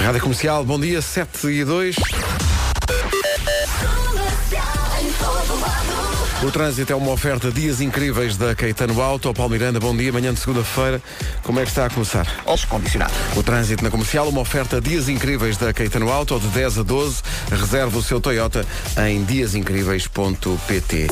Rádio Comercial, bom dia, 7 e 2. O trânsito é uma oferta dias incríveis da Caetano Auto. Paulo Miranda, bom dia. Manhã de segunda-feira, como é que está a começar? Os condicionados. O trânsito na comercial, uma oferta dias incríveis da Caetano Auto, de 10 a 12. Reserva o seu Toyota em diasincríveis.pt.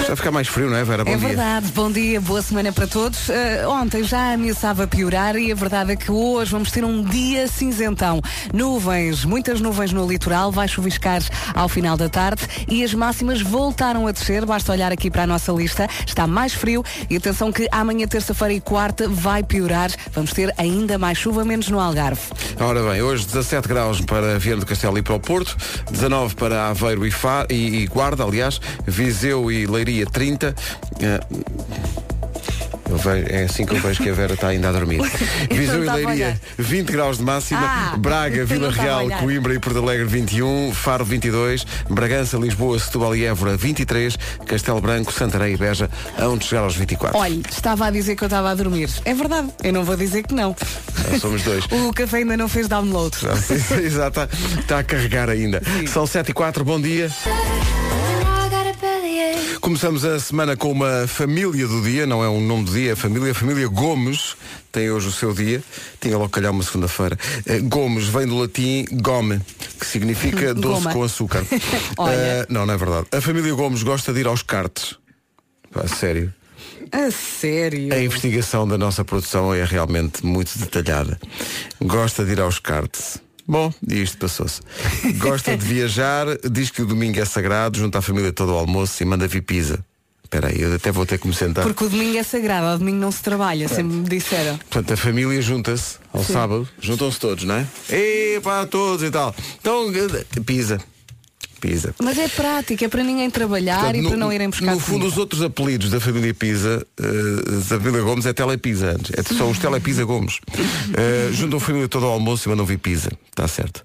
Está a ficar mais frio, não é, Vera? Bom É dia. verdade, bom dia, boa semana para todos. Eh, ontem já ameaçava piorar e a verdade é que hoje vamos ter um dia cinzentão. Nuvens, muitas nuvens no litoral, vai chuviscar ao final da tarde e as máximas voltaram a descer. Basta olhar aqui para a nossa lista, está mais frio e atenção que amanhã, terça-feira e quarta vai piorar. Vamos ter ainda mais chuva, menos no Algarve. Ora bem, hoje 17 graus para Viana do Castelo e para o Porto, 19 para Aveiro e, Fa, e, e Guarda, aliás, Viseu e Leiria 30. eh, eu vejo- é assim que eu vejo que a Vera está ainda a dormir. Eu Viseu e estava Então tá a olhar. Leiria 20 graus de máxima, Ah, Braga, eu Vila não estava a Real, olhar. Coimbra e Porto Alegre 21, Faro 22, Bragança, Lisboa, Setúbal e Évora 23, Castelo Branco, Santarém e Beja, aonde chegar aos 24. Olhe, estava a dizer que eu estava a dormir. É verdade, eu não vou dizer que não. Ah, somos dois. O café ainda não fez download. Exato, está, está a carregar ainda. São 7 e 4, bom dia. Começamos a semana com uma família do dia, não é um nome do dia, é família. A família Gomes tem hoje o seu dia. Tinha logo calhar uma segunda-feira. Eh, Gomes vem do latim gome, que significa doce Goma. com açúcar. Olha. Eh, não, não é verdade. A família Gomes gosta de ir aos cartes. Pá, sério. A sério. A investigação da nossa produção é realmente muito detalhada. Gosta de ir aos cartes. Bom, e isto passou-se. Gosta de viajar, diz que o domingo é sagrado, junta a família todo ao almoço e manda vir pizza. Espera aí, eu até vou ter que me sentar. Porque o domingo é sagrado, ao domingo não se trabalha, sempre me disseram. Portanto, a família junta-se ao sábado, juntam-se todos, não é? E para todos e tal. Então, eh, pizza. Pizza. Mas é prático, é para ninguém trabalhar Portanto, e no- para não irem buscar No fundo, comida. os outros apelidos da família Pisa, eh, da família Gomes, é Telepisa antes. É, são os Telepisa Gomes. Eh, juntam a família toda ao almoço e mandam vir Pisa. Está certo.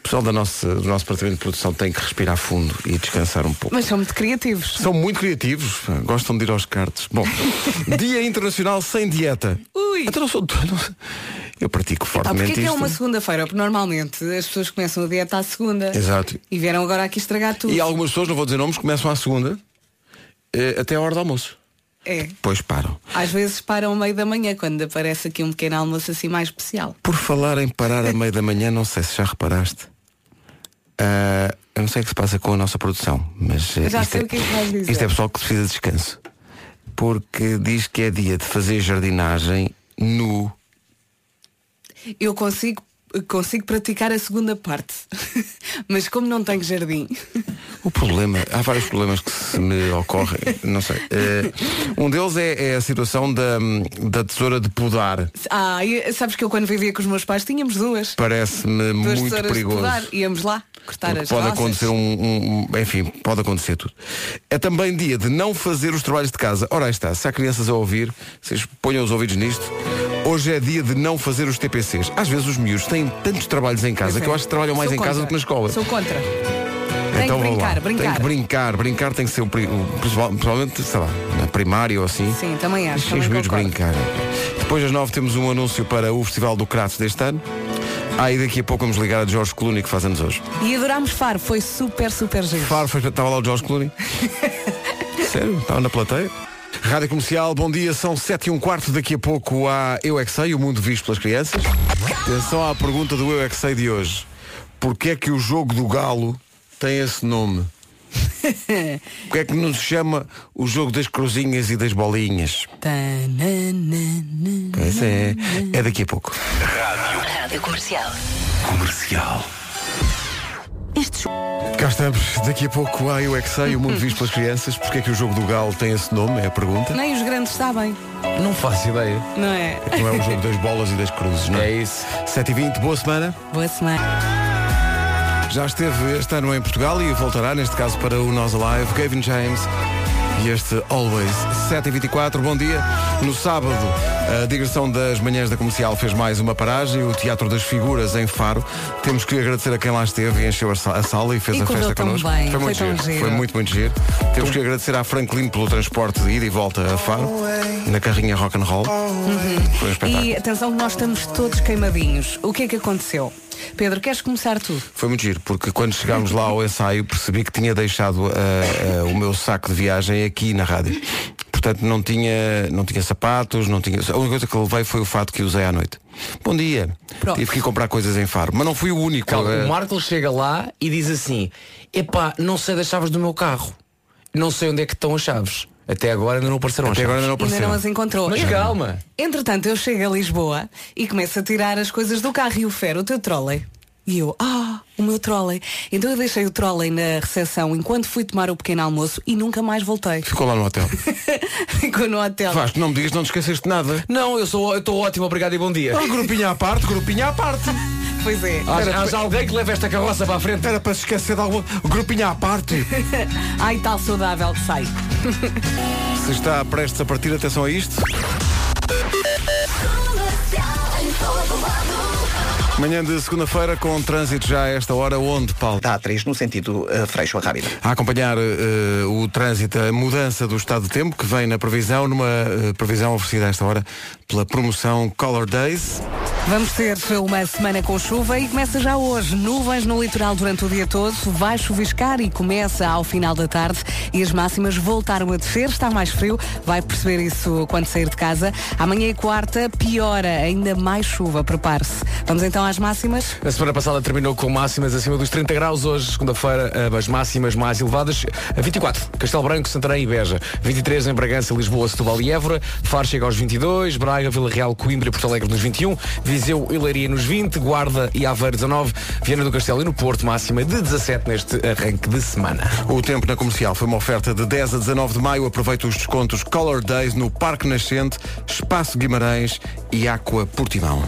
O pessoal da nossa, do nosso departamento de produção tem que respirar fundo e descansar um pouco. Mas são muito criativos. São muito criativos, pá, gostam de ir aos cartes. Bom, Dia Internacional Sem Dieta. Ui. Até não sou, não, eu pratico Ah, fortemente porque é que é isto. uma segunda-feira? Porque normalmente as pessoas começam a dieta à segunda. Exato. E vieram agora aqui estragar tudo. E algumas pessoas, não vou dizer nomes, começam à segunda eh, até a hora do almoço. É. Pois param. Às vezes param ao meio da manhã, quando aparece aqui um pequeno almoço assim mais especial. Por falar em parar a meio da manhã, não sei se já reparaste. Ah, eu não sei o que se passa com a nossa produção, mas eh, Já isto, sei é, o que é que vais dizer. isto é pessoal que precisa de descanso. Porque diz que é dia de fazer jardinagem nu. Eu consigo, consigo praticar a segunda parte. Mas como não tenho jardim, O problema, há vários problemas que se me ocorrem, não sei. Eh, um deles é, é a situação da, da tesoura de podar. Ah, e sabes que eu quando vivia com os meus pais tínhamos duas. Parece-me Duas muito tesouras perigoso. de podar. Íamos lá cortar Porque as pode roças. acontecer um, um- um- Enfim, pode acontecer tudo. É também dia de não fazer os trabalhos de casa. Ora aí está, se há crianças a ouvir, vocês ponham os ouvidos nisto. Hoje é dia de não fazer os TPCs. Às vezes os miúdos têm tantos trabalhos em casa Pois é. que eu acho que trabalham mais Sou em casa contra. do que na escola. Sou contra. Tem então que vão lá. brincar, Tem brincar. que brincar, brincar tem que ser o, pri- o principal- principalmente, sei lá, na primária ou assim. Sim, também acho, Deixem também os miúdos concordo. brincar. Depois das nove temos um anúncio para o Festival do Crato deste ano. Aí daqui a pouco vamos ligar a Jorge Coluni que faz anos hoje. E adorámos Faro, foi super, super giro. Claro, foi, estava lá o George Clooney. Sério, estava na plateia. Rádio Comercial, bom dia, são 7 e um quarto, daqui a pouco há Eu É Que Sei, o mundo visto pelas crianças. Atenção à pergunta do Eu É Que Sei de hoje. Porquê é que o jogo do galo tem esse nome? Porquê é que nos chama o jogo das cruzinhas e das bolinhas? Tananana. Pois é, é daqui a pouco. Este jogo Cá estamos, daqui a pouco há Eu É Que Sei, o mundo visto pelas crianças. Porquê é que o jogo do galo tem esse nome? É a pergunta. Nem os grandes sabem, Não faço ideia. não é? Não é um jogo das bolas e das cruzes, não É é? isso. 7h20, boa semana. Boa semana. Já esteve este ano em Portugal e voltará, neste caso, para o Nós Alive, Gavin James e este Always. 7h24, bom dia. No sábado, A digressão das manhãs da comercial fez mais uma paragem, o Teatro das Figuras em Faro. Temos que agradecer a quem lá esteve e encheu a sa- a sala e fez E a correu festa tão connosco. bem, foi muito foi tão giro. giro. Foi muito, muito giro. Temos que agradecer à Franklin pelo transporte de ida e volta a Faro, na carrinha rock and roll. Foi um espetáculo. E atenção que nós estamos todos queimadinhos. O que é que aconteceu? Pedro, queres começar tu? Foi muito giro, porque quando chegámos lá ao ensaio percebi que tinha deixado ah, ah, o meu saco de viagem aqui na rádio. Portanto, não tinha, não tinha sapatos, não tinha. A única coisa que levei foi o fato que usei à noite. Bom dia. Pronto. Tive que ir comprar coisas em Faro. Mas não fui o único. Calma, é- ah, o Marco chega lá e diz assim: Epá, não sei das chaves do meu carro. Não sei onde é que estão as chaves. Até agora ainda não apareceram as Até agora chaves. ainda não Ainda apareceu. não as encontrou. Mas calma. Entretanto, eu chego a Lisboa e começo a tirar as coisas do carro e o Fer, o teu trolley. E eu, ah, o meu trolley. Então eu deixei o trolley na recepção enquanto fui tomar o pequeno almoço e nunca mais voltei. Ficou lá no Tá hotel. Ficou no hotel. Vasco, não me digas, não te esqueceste de nada. Não, eu sou, eu estou ótimo, obrigado e bom Tá dia. Oh, grupinho à parte, grupinho à parte. Pois é. Há, há já alguém que leva esta carroça para a frente. Era para se esquecer de alguma. Grupinho à parte. Ai, tal saudável que sai. Se está prestes a partir, atenção a isto. Manhã de segunda-feira com trânsito já a esta hora, onde, Paulo? da A3 no sentido eh, Freixo a Rábida. A acompanhar eh, o trânsito, a mudança do estado de tempo que vem na previsão, numa eh, previsão oferecida a esta hora pela promoção Color Days. Vamos ter uma semana com chuva e começa já hoje. Nuvens no litoral durante o dia todo, vai chuviscar e começa ao final da tarde e as máximas voltaram a descer, está mais frio, vai perceber isso quando sair de casa. Amanhã e quarta piora, ainda mais chuva, prepare-se. Vamos então às máximas? A semana passada terminou com máximas acima dos 30 graus. Hoje, segunda-feira, as máximas mais elevadas. 24, Castelo Branco, Santarém e Beja. 23 em Bragança, Lisboa, Setúbal e Évora. Faro chega aos 22. Braga, Vila Real, Coimbra e Porto Alegre nos 21. Viseu e Leiria nos 20. Guarda e Aveiro 19. Viana do Castelo e no Porto, máxima de 17 neste arranque de semana. O tempo na comercial foi uma oferta de 10 a 19 de maio. Aproveita os descontos Color Days no Parque Nascente, Espaço Guimarães e Aqua Portimão.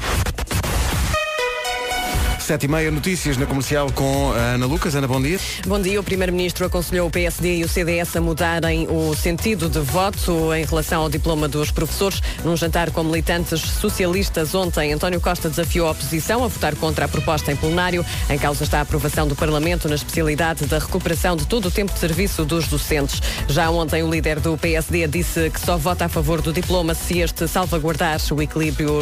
7 e meia, notícias na comercial com a Ana Lucas. Ana, bom dia. Bom dia. O Primeiro-Ministro aconselhou o PSD e o CDS a mudarem o sentido de voto em relação ao diploma dos professores. Num jantar com militantes socialistas ontem, António Costa desafiou a oposição a votar contra a proposta em plenário. Em causa está a aprovação do Parlamento na especialidade da recuperação de todo o tempo de serviço dos docentes. Já ontem, o líder do PSD disse que só vota a favor do diploma se este salvaguardar o equilíbrio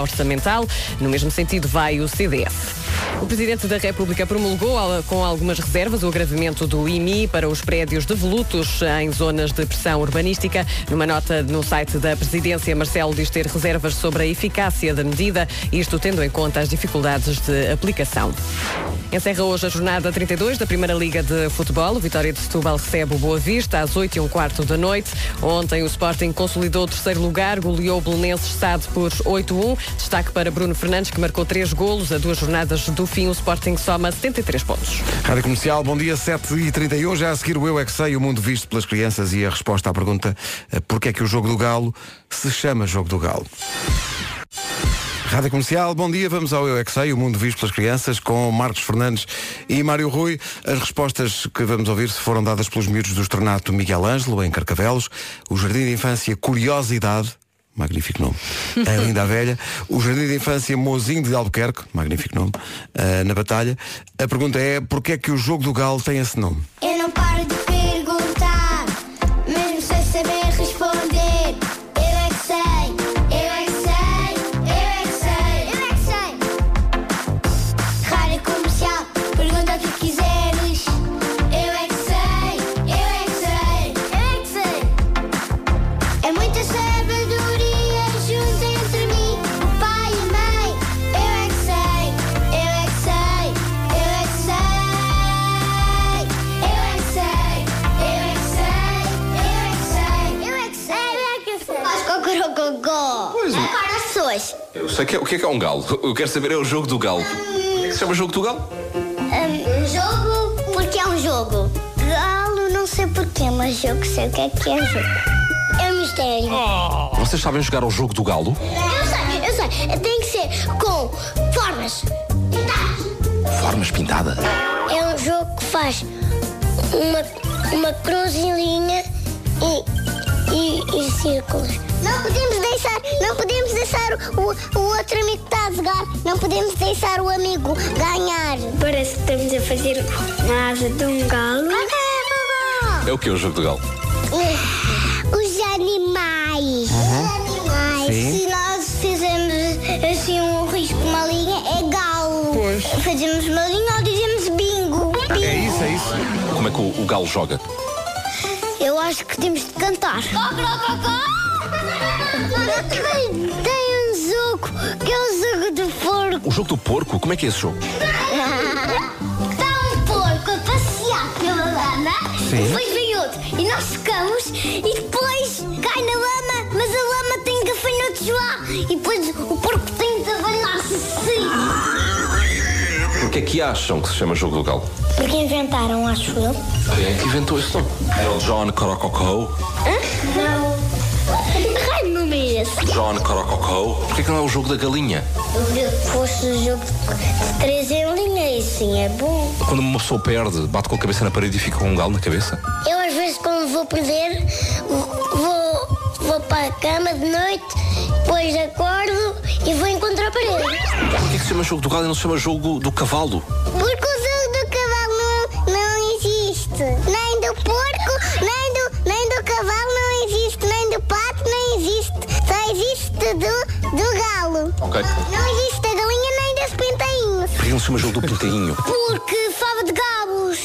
orçamental. No mesmo sentido, vai o CDS. O Presidente da República promulgou al- com algumas reservas o agravamento do IMI para os prédios devolutos em zonas de pressão urbanística. Numa nota no site da Presidência, Marcelo diz ter reservas sobre a eficácia da medida, isto tendo em conta as dificuldades de aplicação. Encerra hoje a jornada 32 da Primeira Liga de Futebol. O Vitória de Setúbal recebe o Boa Vista às 8 e um quarto da noite. Ontem o Sporting consolidou o terceiro lugar, goleou o Belenenses Estado por 8-1. Destaque para Bruno Fernandes, que marcou três golos a duas jornadas do fim. O Sporting soma 73 pontos. Rádio Comercial, bom dia, 7h31. Já a seguir o Eu É Que Sei, o mundo visto pelas crianças e a resposta à pergunta eh, porque é que o Jogo do Galo se chama Jogo do Galo. Rádio Comercial, bom dia, vamos ao Eu É Que Sei, o mundo visto pelas crianças, com Marcos Fernandes e Mário Rui. As respostas que vamos ouvir se foram dadas pelos miúdos do Estrenato Miguel Ângelo, em Carcavelos, o Jardim de Infância Curiosidade, magnífico nome, em Linda a Velha, o Jardim de Infância Mozinho de Albuquerque, magnífico nome, eh, na Batalha. A pergunta é, porquê é que o Jogo do Galo tem esse nome? Eu não paro de perguntar, mesmo sem saber responder. Eu é que sei, eu é que sei, eu é que sei, eu é que sei. Rádio comercial, pergunta o que quiseres. Eu é que sei, eu é que sei, eu é que sei. É muita sabedoria junto entre mim, o pai e a mãe. Eu é que sei, eu é que sei, eu é que sei. Eu é que sei, eu é que sei, eu é que sei, eu é que sei, eu é que sei. Faz cocorococó. Agora sois. Eu sei que é, o que é que é um galo. Eu quero saber é o jogo do galo. Como é que se chama jogo do galo? Um jogo, porque é um jogo. Galo, não sei porquê, mas eu que sei o que é que é jogo. É um mistério. Vocês sabem jogar ao jogo do galo? Eu sei, eu sei. Tem que ser com formas. Formas pintadas. É um jogo que faz uma, uma cruzinha e, e, e círculos. Não podemos deixar, não podemos deixar o, o outro amigo que está a jogar, não podemos deixar o amigo ganhar. Parece que estamos a fazer a asa de um galo. É o que é o jogo do galo? Os animais. Uhum. Os animais. Se nós fizermos assim um risco, uma linha, é galo. Pois. Fazemos uma linha ou dizemos bingo. bingo. É isso, é isso. Como é que o, o galo joga? Eu acho que temos de cantar. Tem um jogo que é o jogo do porco. O jogo do porco? Como é que é esse jogo? Está um porco a passear pela lama, depois vem outro. E nós secamos e depois cai na lama, mas a lama tem gafanhotos lá. E depois o porco tem de abanar-se assim. Porque é que acham que se chama jogo do galo? Porque inventaram, acho eu. Quem é que inventou esse nome? É o John Corococo. Não. Ai, não é esse. John Corococo. Porquê que não é o jogo da galinha? Fosse o jogo de três em linha, isso sim é bom. Quando uma pessoa perde, bate com a cabeça na parede e fica com um galo na cabeça? Eu às vezes quando vou perder, vou, vou para a cama de noite, depois acordo e vou encontrar a parede. Porquê que se chama jogo do galo e não se chama jogo do cavalo? Porque o jogo do cavalo não, não existe. Nem do porco, nem do, nem do cavalo não existe, nem do pato não existe. Só existe do, do galo. Ok. Não existe da galinha nem das pintainhos. Porquê que não se chama jogo do pintainho? Porque fala de galos.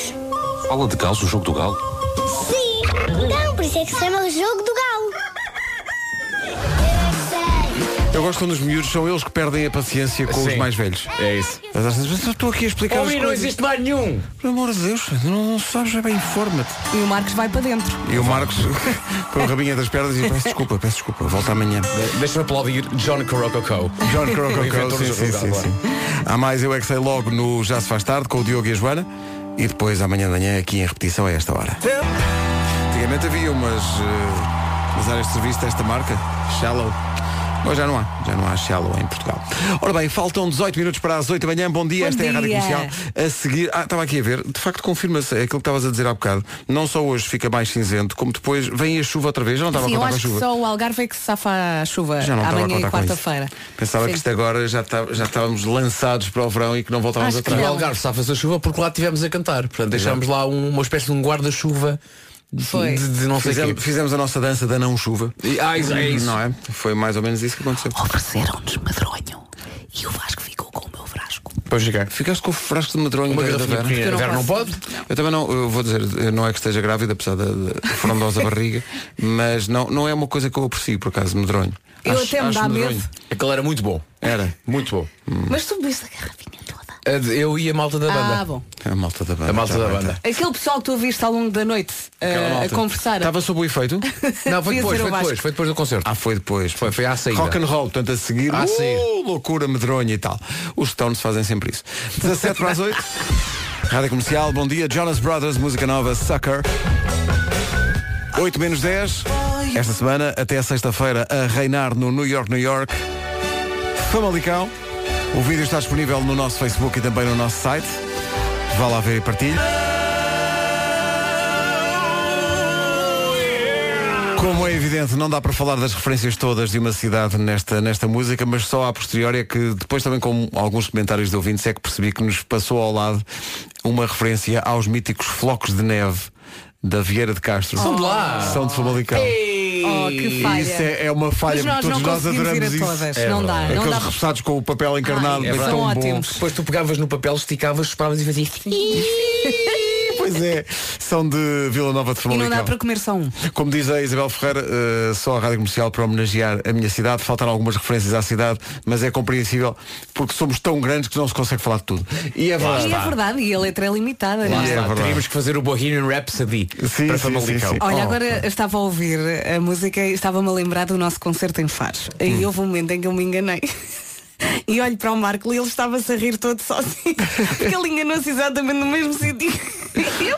Fala de galos, o jogo do galo. Sim. Não, por isso é que se chama o jogo do galo. Eu gosto quando os miúdos são eles que perdem a paciência com os Sim. mais velhos. É isso. Mas às vezes, mas eu estou aqui a explicar as Homem, não coisas. existe mais nenhum. Pelo amor de Deus, não, não sabes, é bem, informa-te. E o Marcos vai para dentro. E o Marcos põe o rabinho das pernas e peço desculpa, peço desculpa, volta amanhã. Deixa-me aplaudir John Corococo. John Inventor Crococo, do sim, jogo sim, do sim, galo, sim. Há mais Eu É Que Sei logo no Já Se Faz Tarde com o Diogo e a Joana e depois amanhã de manhã aqui em repetição a esta hora. Antigamente havia umas, eh, umas áreas de serviço desta marca, Shallow. Mas já não há, já não há Shallow em Portugal. Ora bem, faltam 18 minutos para as 8 da manhã. Bom dia, Bom esta é a Rádio dia. Comercial. A seguir, ah, estava aqui a ver, de facto confirma-se aquilo que estavas a dizer há bocado. Não só hoje fica mais cinzento, como depois vem a chuva outra vez. Eu não estava Sim, a eu contar com a acho chuva. que só o Algarve é que se safa a chuva Já não estava a amanhã contar e com isso. quarta-feira. Pensava Sim. que isto agora já, tá- já estávamos lançados para o verão e que não voltávamos Acho que atrás. O Não. Algarve safa-se a chuva porque lá estivemos a cantar. Portanto, deixámos lá um- uma espécie de um guarda-chuva de, Foi. de- de não sei o Fizemos, quê. fizemos a nossa dança da não chuva. E- Ah, isso, é isso. Não é? Foi mais ou menos isso que aconteceu. Ofereceram-nos medronho e o Vasco ficou com o meu frasco. Pois ficar. Ficaste com o frasco de medronho Uma da- da garrafinha Vera? pequenina. Porque eu A não Vera faço- não pode? Eu também não, eu vou dizer, eu não é que esteja grávida, apesar da, da frondosa barriga, mas não, não é uma coisa que eu aprecio, por acaso, medronho. Eu até me dá medronho. medo. Aquele era muito bom. Era. Muito bom. Hum. Mas tu bebes a garrafinha toda. A de- Eu e a malta da banda. Ah, bom. A malta da banda. A malta tá da bem, banda. tá. Aquele pessoal que tu ouviste ao longo da noite Aquela eh, a malta. conversar. Estava sob o efeito? Não, foi Devia depois, ser o foi depois, Vasco. foi depois do concerto. Ah, foi depois. Foi, foi à saída. Rock and roll, portanto a seguir. À uh, saída. loucura medronha e tal. Os Stones fazem sempre isso. 17 para as 8. Rádio Comercial, bom dia. Jonas Brothers, música nova, Sucker. 8 menos 10. Esta semana, até sexta-feira, a reinar no New York, New York. Famalicão. O vídeo está disponível no nosso Facebook e também no nosso site. Vá lá ver e partilhe. Como é evidente, não dá para falar das referências todas de uma cidade nesta, nesta música, mas só a posteriori é que depois também com alguns comentários de ouvintes é que percebi que nos passou ao lado uma referência aos míticos flocos de neve da Vieira de Castro. São de lá. São de Famalicão. Oh, que falha. Isso é, é uma falha, Mas nós porque todos não nós conseguimos ir adoramos a isso. todas. não dá, Aqueles não dá. repassados com o papel encarnado, Ai, é são tão bom. ótimos. Depois tu pegavas no papel, esticavas, esperavas e fazias. Pois é, são de Vila Nova de E não Famalicão. dá para comer só um. Como diz a Isabel Ferreira, eh, só a Rádio Comercial para homenagear a minha cidade. Faltaram algumas referências à cidade, mas é compreensível porque somos tão grandes que não se consegue falar de tudo. E é verdade. E é verdade, e a letra é limitada. Lá não é? está. verdade. Teríamos que fazer o Bohemian Rhapsody Sim, para sim, Famalicão. sim, sim. Olha, Oh, agora estava a ouvir a música e estava-me a lembrar do nosso concerto em Faro. Hum. E houve um momento em que eu me enganei. E olho para o Marco e ele estava-se a rir todo sozinho. Porque ele enganou-se exatamente no mesmo sentido.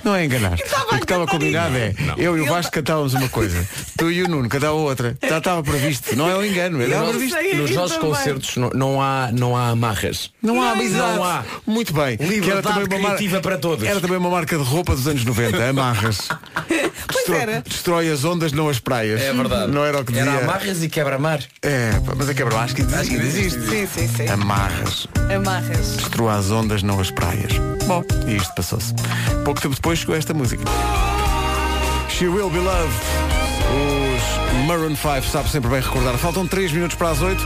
Não é enganar. estava o a que estava cantar combinado é, eu e o Vasco cantávamos uma coisa, tu e o Nuno cantavam outra. Já estava previsto. Não é um engano, é Nos estava nossos- previsto. sei, nos eu nossos também. concertos não, não há, não há amarras. Não há Não, amizade. não há. Muito bem. Liberdade Que era também uma mar- criativa para todos. Era também uma marca de roupa dos anos 90, amarras. Destro- era. Destrói as ondas, não as praias. Não era o que dizia. amarras e quebra-mar. É, pá, mas a quebra acho que, acho que diz isto. Sim, sim, sim. Amarras. Amarras. Destrua as ondas, não as praias. Bom, e isto passou-se. Pouco tempo depois chegou esta música. She Will Be Loved. Os Maroon 5 sabe sempre bem recordar. Faltam 3 minutos para as 8.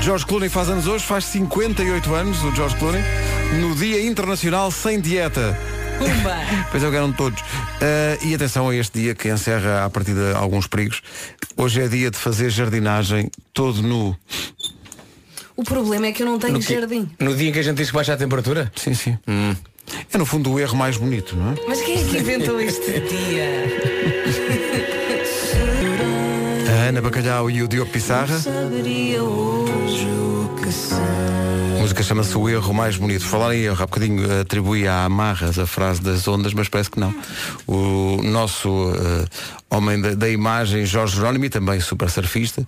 George Clooney faz anos hoje, faz 58 anos, o George Clooney, no Dia Internacional Sem Dieta. Pumba. Pois é, ganham todos. Ah, e atenção a este dia que encerra a partir de alguns perigos. Hoje é dia de fazer jardinagem todo nu. O problema é que eu não tenho jardim. No dia em que a gente diz que baixa a temperatura? Sim, sim. Hum. É no fundo o erro mais bonito, não é? Mas quem é que inventou este dia? A Ana Bacalhau e o Diogo Pissarra. A música chama-se O Erro Mais Bonito. Falar em erro, há bocadinho atribui a Amarras a frase das ondas, mas parece que não. O nosso eh, homem da, da imagem, Jorge Jerónimo, e também super surfista,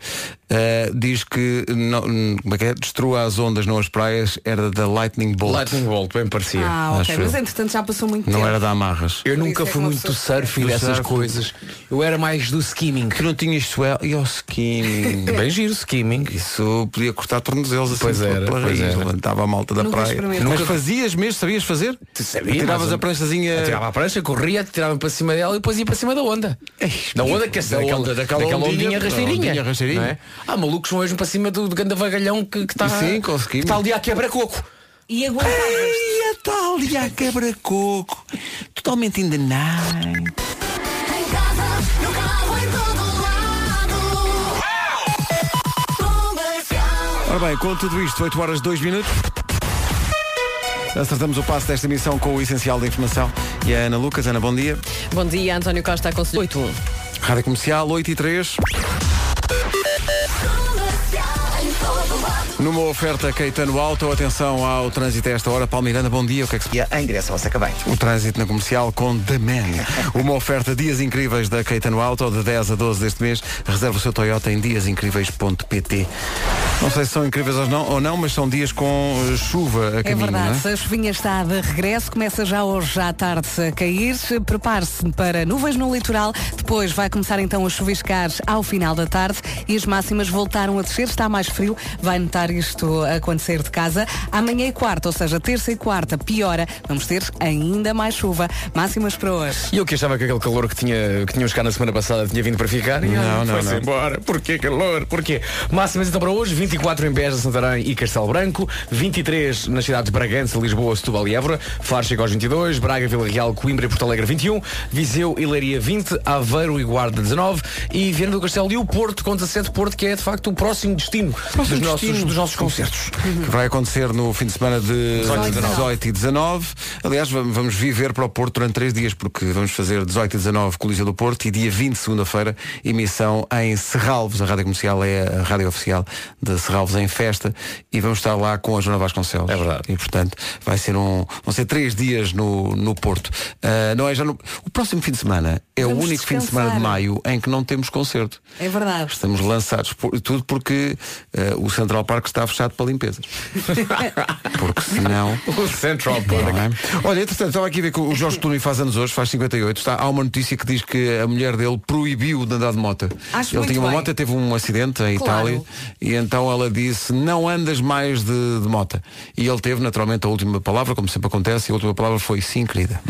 eh, diz que, não, como é que é? destrua as ondas, não as praias, era da Lightning Bolt. Lightning Bolt, bem me parecia. Ah, ok. Acho eu. Mas entretanto já passou muito Não tempo. era da Amarras. Eu Por isso nunca é fui que uma muito pessoa- surf e Do dessas surf. coisas. Eu era mais do skimming. Que não tinha isto e ao skimming. Bem giro, skimming. Isso podia cortar tornozelos assim Pois era, pela pois raiz, era. levantava a malta da Nunca praia. experimentei. Mas Nunca- fazias mesmo, sabias fazer? sabia, Tiravas mas- a pranchazinha. Tirava a prancha, corria, tirava para cima dela e depois ia para cima da onda. Da onda que é essa daquela- onda, daquela ondinha, ondinha da ondinha rasteirinha. rasteirinha. não é? Ah, malucos vão mesmo para cima do, do grande vagalhão que está Sim, conseguimos. está ali a quebra-coco. E agora Ei, a tal e a quebra-coco. Totalmente in the night. Em casa, no carro, em todo lado. Comercial. Ora bem, com tudo isto, 8 horas 2 minutos. Acertamos o passo desta emissão com o essencial da informação. E a Ana Lucas, Ana, bom dia. Bom dia, António Costa, aconselho 81. Rádio Comercial, 8 e 3. Comercial, em todo lado. Numa oferta Caetano Alto, atenção ao trânsito a esta hora. Palmeiranda, bom dia. O que é que se E em direção a Sacabém. O trânsito na comercial com The Man. Uma oferta Dias Incríveis da Caetano Auto, de 10 a 12 deste mês. Reserva o seu Toyota em diasincríveis.pt. Não sei se são incríveis ou não, ou não mas são dias com eh, chuva a É caminho. verdade, não é? a chuvinha está de regresso, começa já hoje à tarde a cair. Prepare-se para nuvens no litoral, depois vai começar então a chuviscar ao final da tarde e as máximas voltaram a descer, está mais frio, vai notar isto a acontecer de casa. Amanhã e quarta, ou seja, terça e quarta, piora, vamos ter ainda mais chuva. Máximas para hoje. E eu que achava que aquele calor que, tinha, que tínhamos cá na semana passada tinha vindo para ficar e Não, ah, não, foi-se não. embora. Porquê calor? Porquê? Máximas então para hoje, 24 em Beja, Santarém e Castelo Branco, 23 nas cidades de Bragança, Lisboa, Setúbal e Évora, Faro chega aos 22, Braga, Vila Real, Coimbra e Porto Alegre 21, Viseu e Leiria 20, Aveiro e Guarda 19 e Viana do Castelo e o Porto com 17, Porto que é de facto o próximo destino, dos, um Nossos, dos nossos concertos. Uhum. Que vai acontecer no fim de semana de 18 e 19. Aliás, vam- vamos viver para o Porto durante três dias, porque vamos fazer 18 e 19 Coliseu do Porto e dia 20, segunda-feira, emissão em Serralves. A rádio comercial é a rádio oficial de Serralves em festa e vamos estar lá com a Joana Vasconcelos. É verdade. E, portanto, vai ser um, vão ser três dias no, no Porto. Ah, não é já no- o próximo fim de semana é o Vamos único fim de semana de descansar. maio em que não temos concerto. É verdade. Estamos lançados por tudo porque eh, o Central Park está fechado para limpezas. porque senão. O Central Não Park. é? Olha, entretanto, estava aqui a ver que o Jorge Clooney faz anos hoje, faz 58. Está, há uma notícia que diz que a mulher dele proibiu de andar de moto. Acho Ele muito tinha uma bem. moto, teve um acidente em Claro. Itália e então ela disse não andas mais de, de moto. E ele teve naturalmente a última palavra, como sempre acontece, e a última palavra foi sim, querida.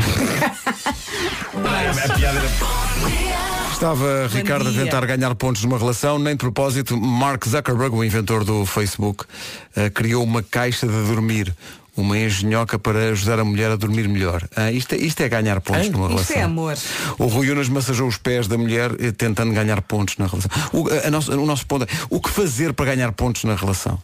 Estava Ricardo a dia. tentar ganhar pontos numa relação, nem de propósito, Mark Zuckerberg, o inventor do Facebook, eh, criou uma caixa de dormir, uma engenhoca para ajudar a mulher a dormir melhor. Ah, isto, é- isto é ganhar pontos Hein? numa Isto relação. é amor. O Rui Unas massajou os pés da mulher eh, tentando ganhar pontos na relação. O, a- a nosso- o nosso ponto é, o que fazer para ganhar pontos na relação?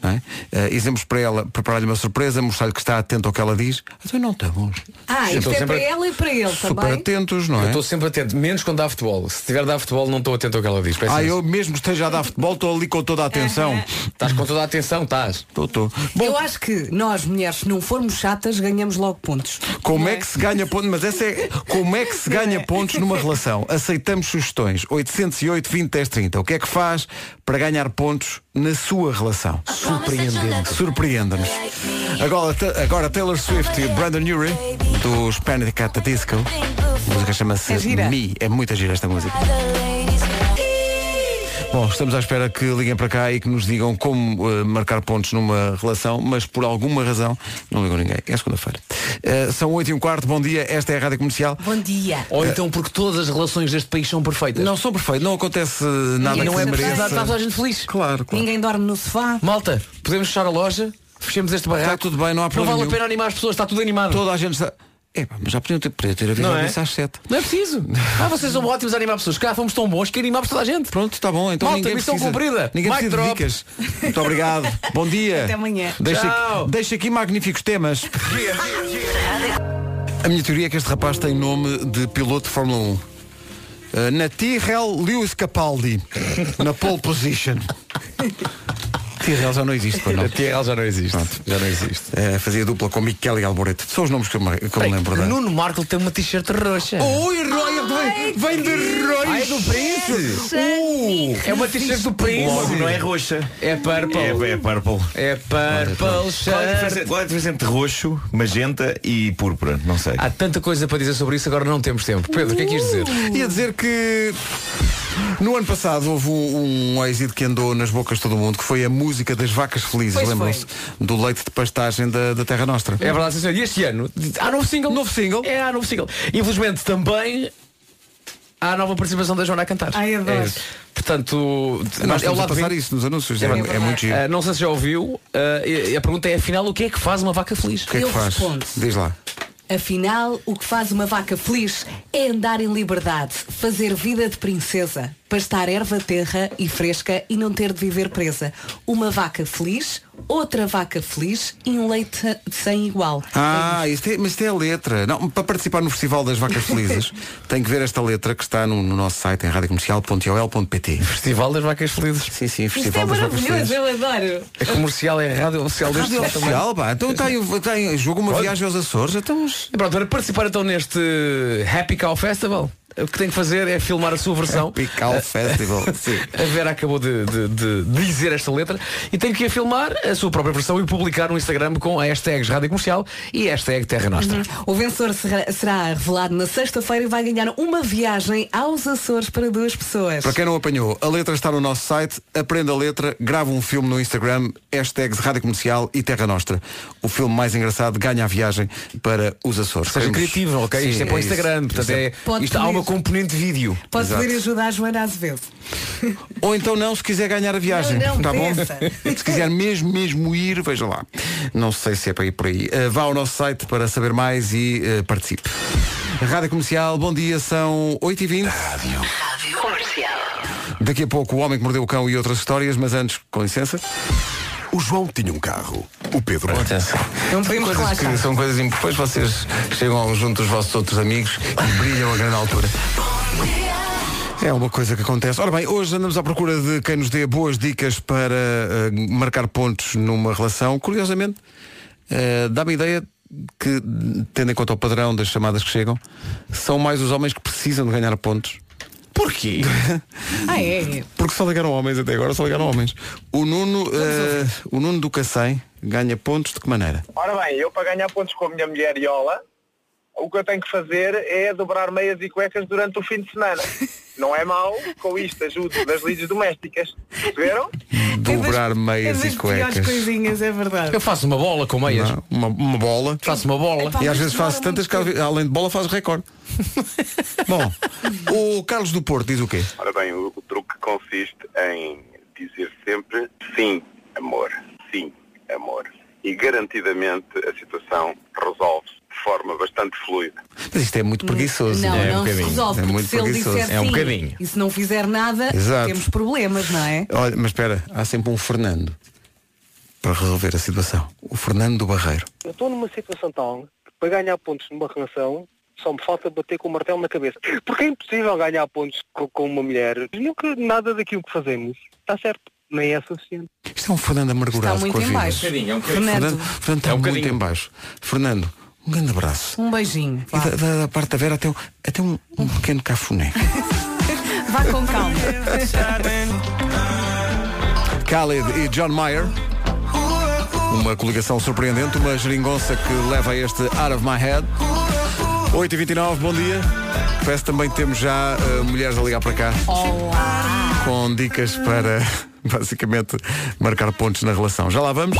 não é? Eh, e sempre para ela preparar-lhe uma surpresa, mostrar-lhe que está atento ao que ela diz. Então não estamos. Ah, isto Estou é sempre- para ela e para ele então Super também. atentos, não Eu é? estou sempre atento, menos quando dá futebol. Se tiver dá futebol, não estou atento ao que ela diz. Peço Ah, imensa. eu mesmo que esteja a dar futebol, estou ali com toda a atenção. Estás com toda a atenção, estás. Estou, estou. Eu acho que nós, mulheres, se não formos chatas, ganhamos logo pontos. Como é que se ganha pontos? Mas essa é. Como é que se ganha pontos numa relação? Aceitamos sugestões. 808 20 10 30. O que é que faz para ganhar pontos na sua relação? Surpreendendo. Surpreenda-nos. Agora, ta- agora Taylor Swift e Brandon Urie dos Panic at the Disco. A música chama-se É gira. Me. É muito gira esta música. Bom, estamos à espera que liguem para cá e que nos digam como eh, marcar pontos numa relação, mas por alguma razão não ligam ninguém. É segunda-feira. Eh, são 8 e um quarto, bom dia, esta é a Rádio Comercial. Bom dia. Ou então porque todas as relações deste país são perfeitas. Não são perfeitos, não acontece eh, nada e não que é se preciso mereça. dar toda a gente feliz. Claro, claro. Ninguém dorme no sofá. Malta, podemos fechar a loja, fechemos este barraco. Tá tudo bem, não há problema vale nenhum. a pena animar as pessoas, está tudo animado. Toda a gente está... Epá, mas já podiam ter, podia ter avisado Não é? isso às 7. Não é preciso. Ah, vocês são ótimos a animar pessoas. Cá fomos tão bons que animámos toda a gente. Pronto, está bom, então Malta, ninguém missão precisa, cumprida. Ninguém Mic precisa de drop. dicas. Muito obrigado. Bom dia. Até amanhã. Deixa, Tchau. deixa aqui magníficos temas. A minha teoria é que este rapaz tem nome de piloto de Fórmula 1. Uh, na Tyrrell Lewis Capaldi, na pole position. Tyrrell já não existe para nós. Tierral já não existe. Já não existe. Uh, fazia dupla com Michele Alboreto. São os nomes que eu me, que eu me lembro. é? da- Nuno Marco tem uma t-shirt roxa. Oi, Roy, vem, vem de Roy. Uh. Ah, é do Prince? é uma t-shirt do Prince. Logo não é roxa. É purple. É, é purple. É purple Qual é, a shirt. diferença, qual é a diferença entre roxo, magenta e púrpura? Não sei. Há tanta coisa para dizer sobre isso, agora não temos tempo. Pedro, o que é que quis dizer? Ia dizer que no ano passado houve um, um êxito que andou nas bocas de todo o mundo, que foi a música das vacas felizes, Pois lembram-se? Do leite de pastagem da, da Terra Nostra. É verdade, sim, senhor. E este ano há novo single. Novo single. É, há novo single. Infelizmente também há a nova participação da Joana a cantar. Ai, adoro. É isso. Portanto, Nós é o estamos a lado passar B. isso nos anúncios, é, É é muito giro. Ah, não sei se já ouviu, ah, e- e a pergunta é afinal o que é que faz uma vaca feliz? O que é que eu faz? respondo. Diz lá. Afinal, o que faz uma vaca feliz é andar em liberdade, fazer vida de princesa, pastar erva terra e fresca e não ter de viver presa. Uma vaca feliz, outra vaca feliz e um leite sem igual. Ah, isto é- mas isto é a letra. Não, para participar no Festival das Vacas Felizes, tem que ver esta letra que está no, no nosso site em radiocomercial.ol.pt. Festival das vacas felizes. Sim, sim, Isto é Festival das Vacas maravilhoso, Felizes. eu adoro. É comercial, é rádio oficial deste Rádio também. oficial, pá. Então está aí, tá aí, jogo uma viagem aos Açores, então E Pronto, para participar então neste Happy Cow Festival, o que tem que fazer é filmar a sua versão. Pical Festival. Sim. A Vera acabou de, de- de dizer esta letra e tem que ir filmar a sua própria versão e publicar no Instagram com hashtags Rádio Comercial e hashtag Terra Nostra. O vencedor será, será revelado na sexta-feira e vai ganhar uma viagem aos Açores para duas pessoas. Para quem não apanhou, a letra está no nosso site, aprenda a letra, grava um filme no Instagram, hashtags Rádio Comercial e Terra Nostra. O filme mais engraçado ganha a viagem para os Açores. Seja Queremos- criativo, ok? Sim, isto é para o isso. Instagram, portanto Isso é- é, Pode isto há pedir. uma componente vídeo. Pode Exato. pedir ajudar a Joana Azevedo. é- Ou então não, se quiser ganhar a viagem. Não, não, tá bom? pensa. Se quiser mesmo, mesmo ir, veja lá. Não sei se é para ir por aí. Eh, vá ao nosso site para saber mais e eh, participe. Rádio Comercial, bom dia, são 8h20. Rádio. Comercial. Daqui a pouco o Homem que Mordeu o Cão e outras histórias, mas antes, com licença. O João tinha um carro, o Pedro outro. Não podemos Coisas relaxar. que são coisas importantes. Depois vocês chegam junto dos vossos outros amigos e brilham a grande altura. É uma coisa que acontece. Ora bem, hoje andamos à procura de quem nos dê boas dicas para eh, marcar pontos numa relação. Curiosamente, eh, dá-me a ideia que, tendo em conta o padrão das chamadas que chegam, são mais os homens que precisam de ganhar pontos. Porquê? Ah, é? Porque só ligaram homens até agora, só ligaram homens. O Nuno, eh, o Nuno do Cacém ganha pontos de que maneira? Ora bem, eu para ganhar pontos com a minha mulher Iola, o que eu tenho que fazer é dobrar meias e cuecas durante o fim de semana. Não é mau, com isto ajudo nas lides domésticas. Perceberam? Dobrar é das- meias é das e piores cuecas. coisinhas, é verdade. Eu faço uma bola com meias. Não, é? Uma, uma bola. Faço uma bola. Epá. E mas às vezes demora faço tantas muito que al- além de bola faz recorde. Bom, o Carlos do Porto diz o quê? Ora bem, o, truque consiste em dizer sempre sim, amor. Sim, amor. E garantidamente a situação resolve-se de forma bastante fluida. Mas isto é muito preguiçoso. Não, não É um se bocadinho. É resolve, porque muito se ele preguiçoso. disser sim É um bocadinho. e se não fizer nada, Exato. temos problemas, não é? Olha, mas espera, há sempre um Fernando. para resolver a situação? O Fernando do Barreiro. Eu estou numa situação tal que para ganhar pontos numa relação só me falta bater com o martelo na cabeça. Porque é impossível ganhar pontos co- com, uma mulher. Nunca nada daquilo que fazemos está certo. Nem é suficiente. Isto é um Fernando amargurado Está muito com a em vida. baixo. Um bocadinho, é um bocadinho. Fernando, Fernando. Fernando está É um muito bocadinho. em baixo. Fernando, um grande abraço. Um beijinho. E da, da- da parte da Vera até, um- até um, um pequeno cafuné. Vá com calma. Khalid e John Mayer. Uma coligação surpreendente, uma geringonça que leva a este Out of My Head. 8h29, bom dia. Parece que também temos já eh, mulheres a ligar para cá. Com dicas para, basicamente, marcar pontos na relação. Já lá vamos.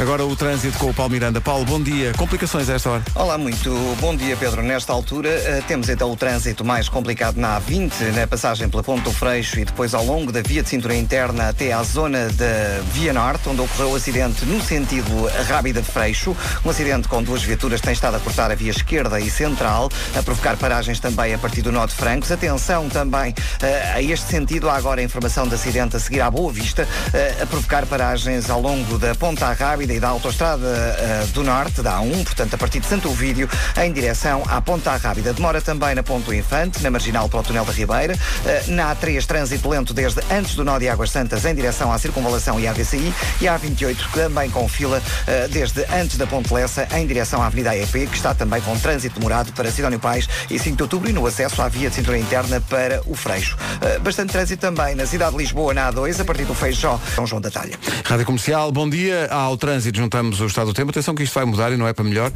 Agora o trânsito com o Paulo Miranda. Paulo, bom dia. Complicações a esta hora? Olá, muito bom dia, Pedro. Nesta altura, eh, temos então o trânsito mais complicado na A20, na passagem pela Ponte do Freixo e depois ao longo da via de cintura interna até à zona da Via Norte, onde ocorreu o acidente no sentido Rábida de Freixo. Um acidente com duas viaturas tem estado a cortar a via esquerda e central, a provocar paragens também a partir do Norte Francos. Atenção também eh, a este sentido, há agora a informação de acidente a seguir à Boa Vista, eh, a provocar paragens ao longo da Ponta Rábida e da Autostrada eh, do Norte, da A1, portanto, a partir de Santo Ovídio, em direção à Ponta Rábida. Demora também na Ponto Infante, na Marginal para o Tunel da Ribeira, eh, na A3, trânsito lento desde antes do Nó de Águas Santas, em direção à Circunvalação e à VCI, e à A28, também com fila eh, desde antes da Ponte Lessa, em direção à Avenida AEP, que está também com trânsito demorado para Sidónio Pais e 5 de Outubro, e no acesso à via de cintura interna para o Freixo. Eh, Bastante trânsito também na cidade de Lisboa, na A2, a partir do Feijó, São João da Talha. Rádio Comercial, bom dia. Ao trânsito juntamos o estado do tempo. Atenção que isto vai mudar e não é para melhor.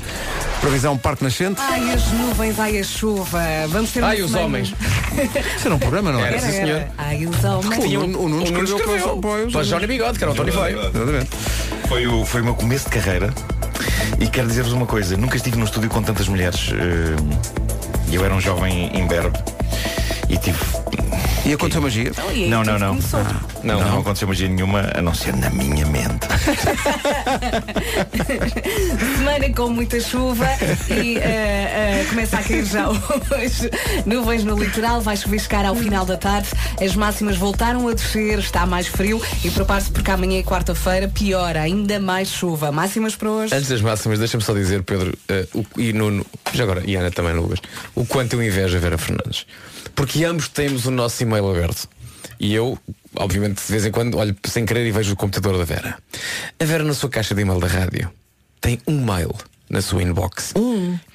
Previsão Parque Nascente. Ai, as nuvens, ai, a chuva. Vamos ter uma Ai, os semana- homens. Isso era um programa, não era? Ah. Era, era. Ai, os homens. um- O Nuno, o Nuno escreveu, para, os- para Johnny Bigode, que era o Tony Feio. Exatamente. Foi o, foi o meu começo de carreira e quero dizer-vos uma coisa, nunca estive num estúdio com tantas mulheres. eh, Eu era um jovem imberbe e tive. E aconteceu magia? Então, e aí Não, tudo não, não. começou. Ah, Não, não aconteceu magia nenhuma, a não ser na minha mente. Semana com muita chuva e eh, eh, começa a cair já hoje. Nuvens no litoral, vai chuviscar ao final da tarde. As máximas voltaram a descer, está mais frio e prepare-se porque amanhã é quarta-feira, piora, ainda mais chuva. Máximas para hoje. Antes das máximas, deixa-me só dizer, Pedro, eh, o- e Nuno, já agora, e Ana também, Lucas, o quanto eu invejo a Vera Fernandes. Porque ambos temos o nosso e-mail aberto. E eu, obviamente, de vez em quando, olho sem querer e vejo o computador da Vera. A Vera, na sua caixa de e-mail da rádio, tem um mail na sua inbox.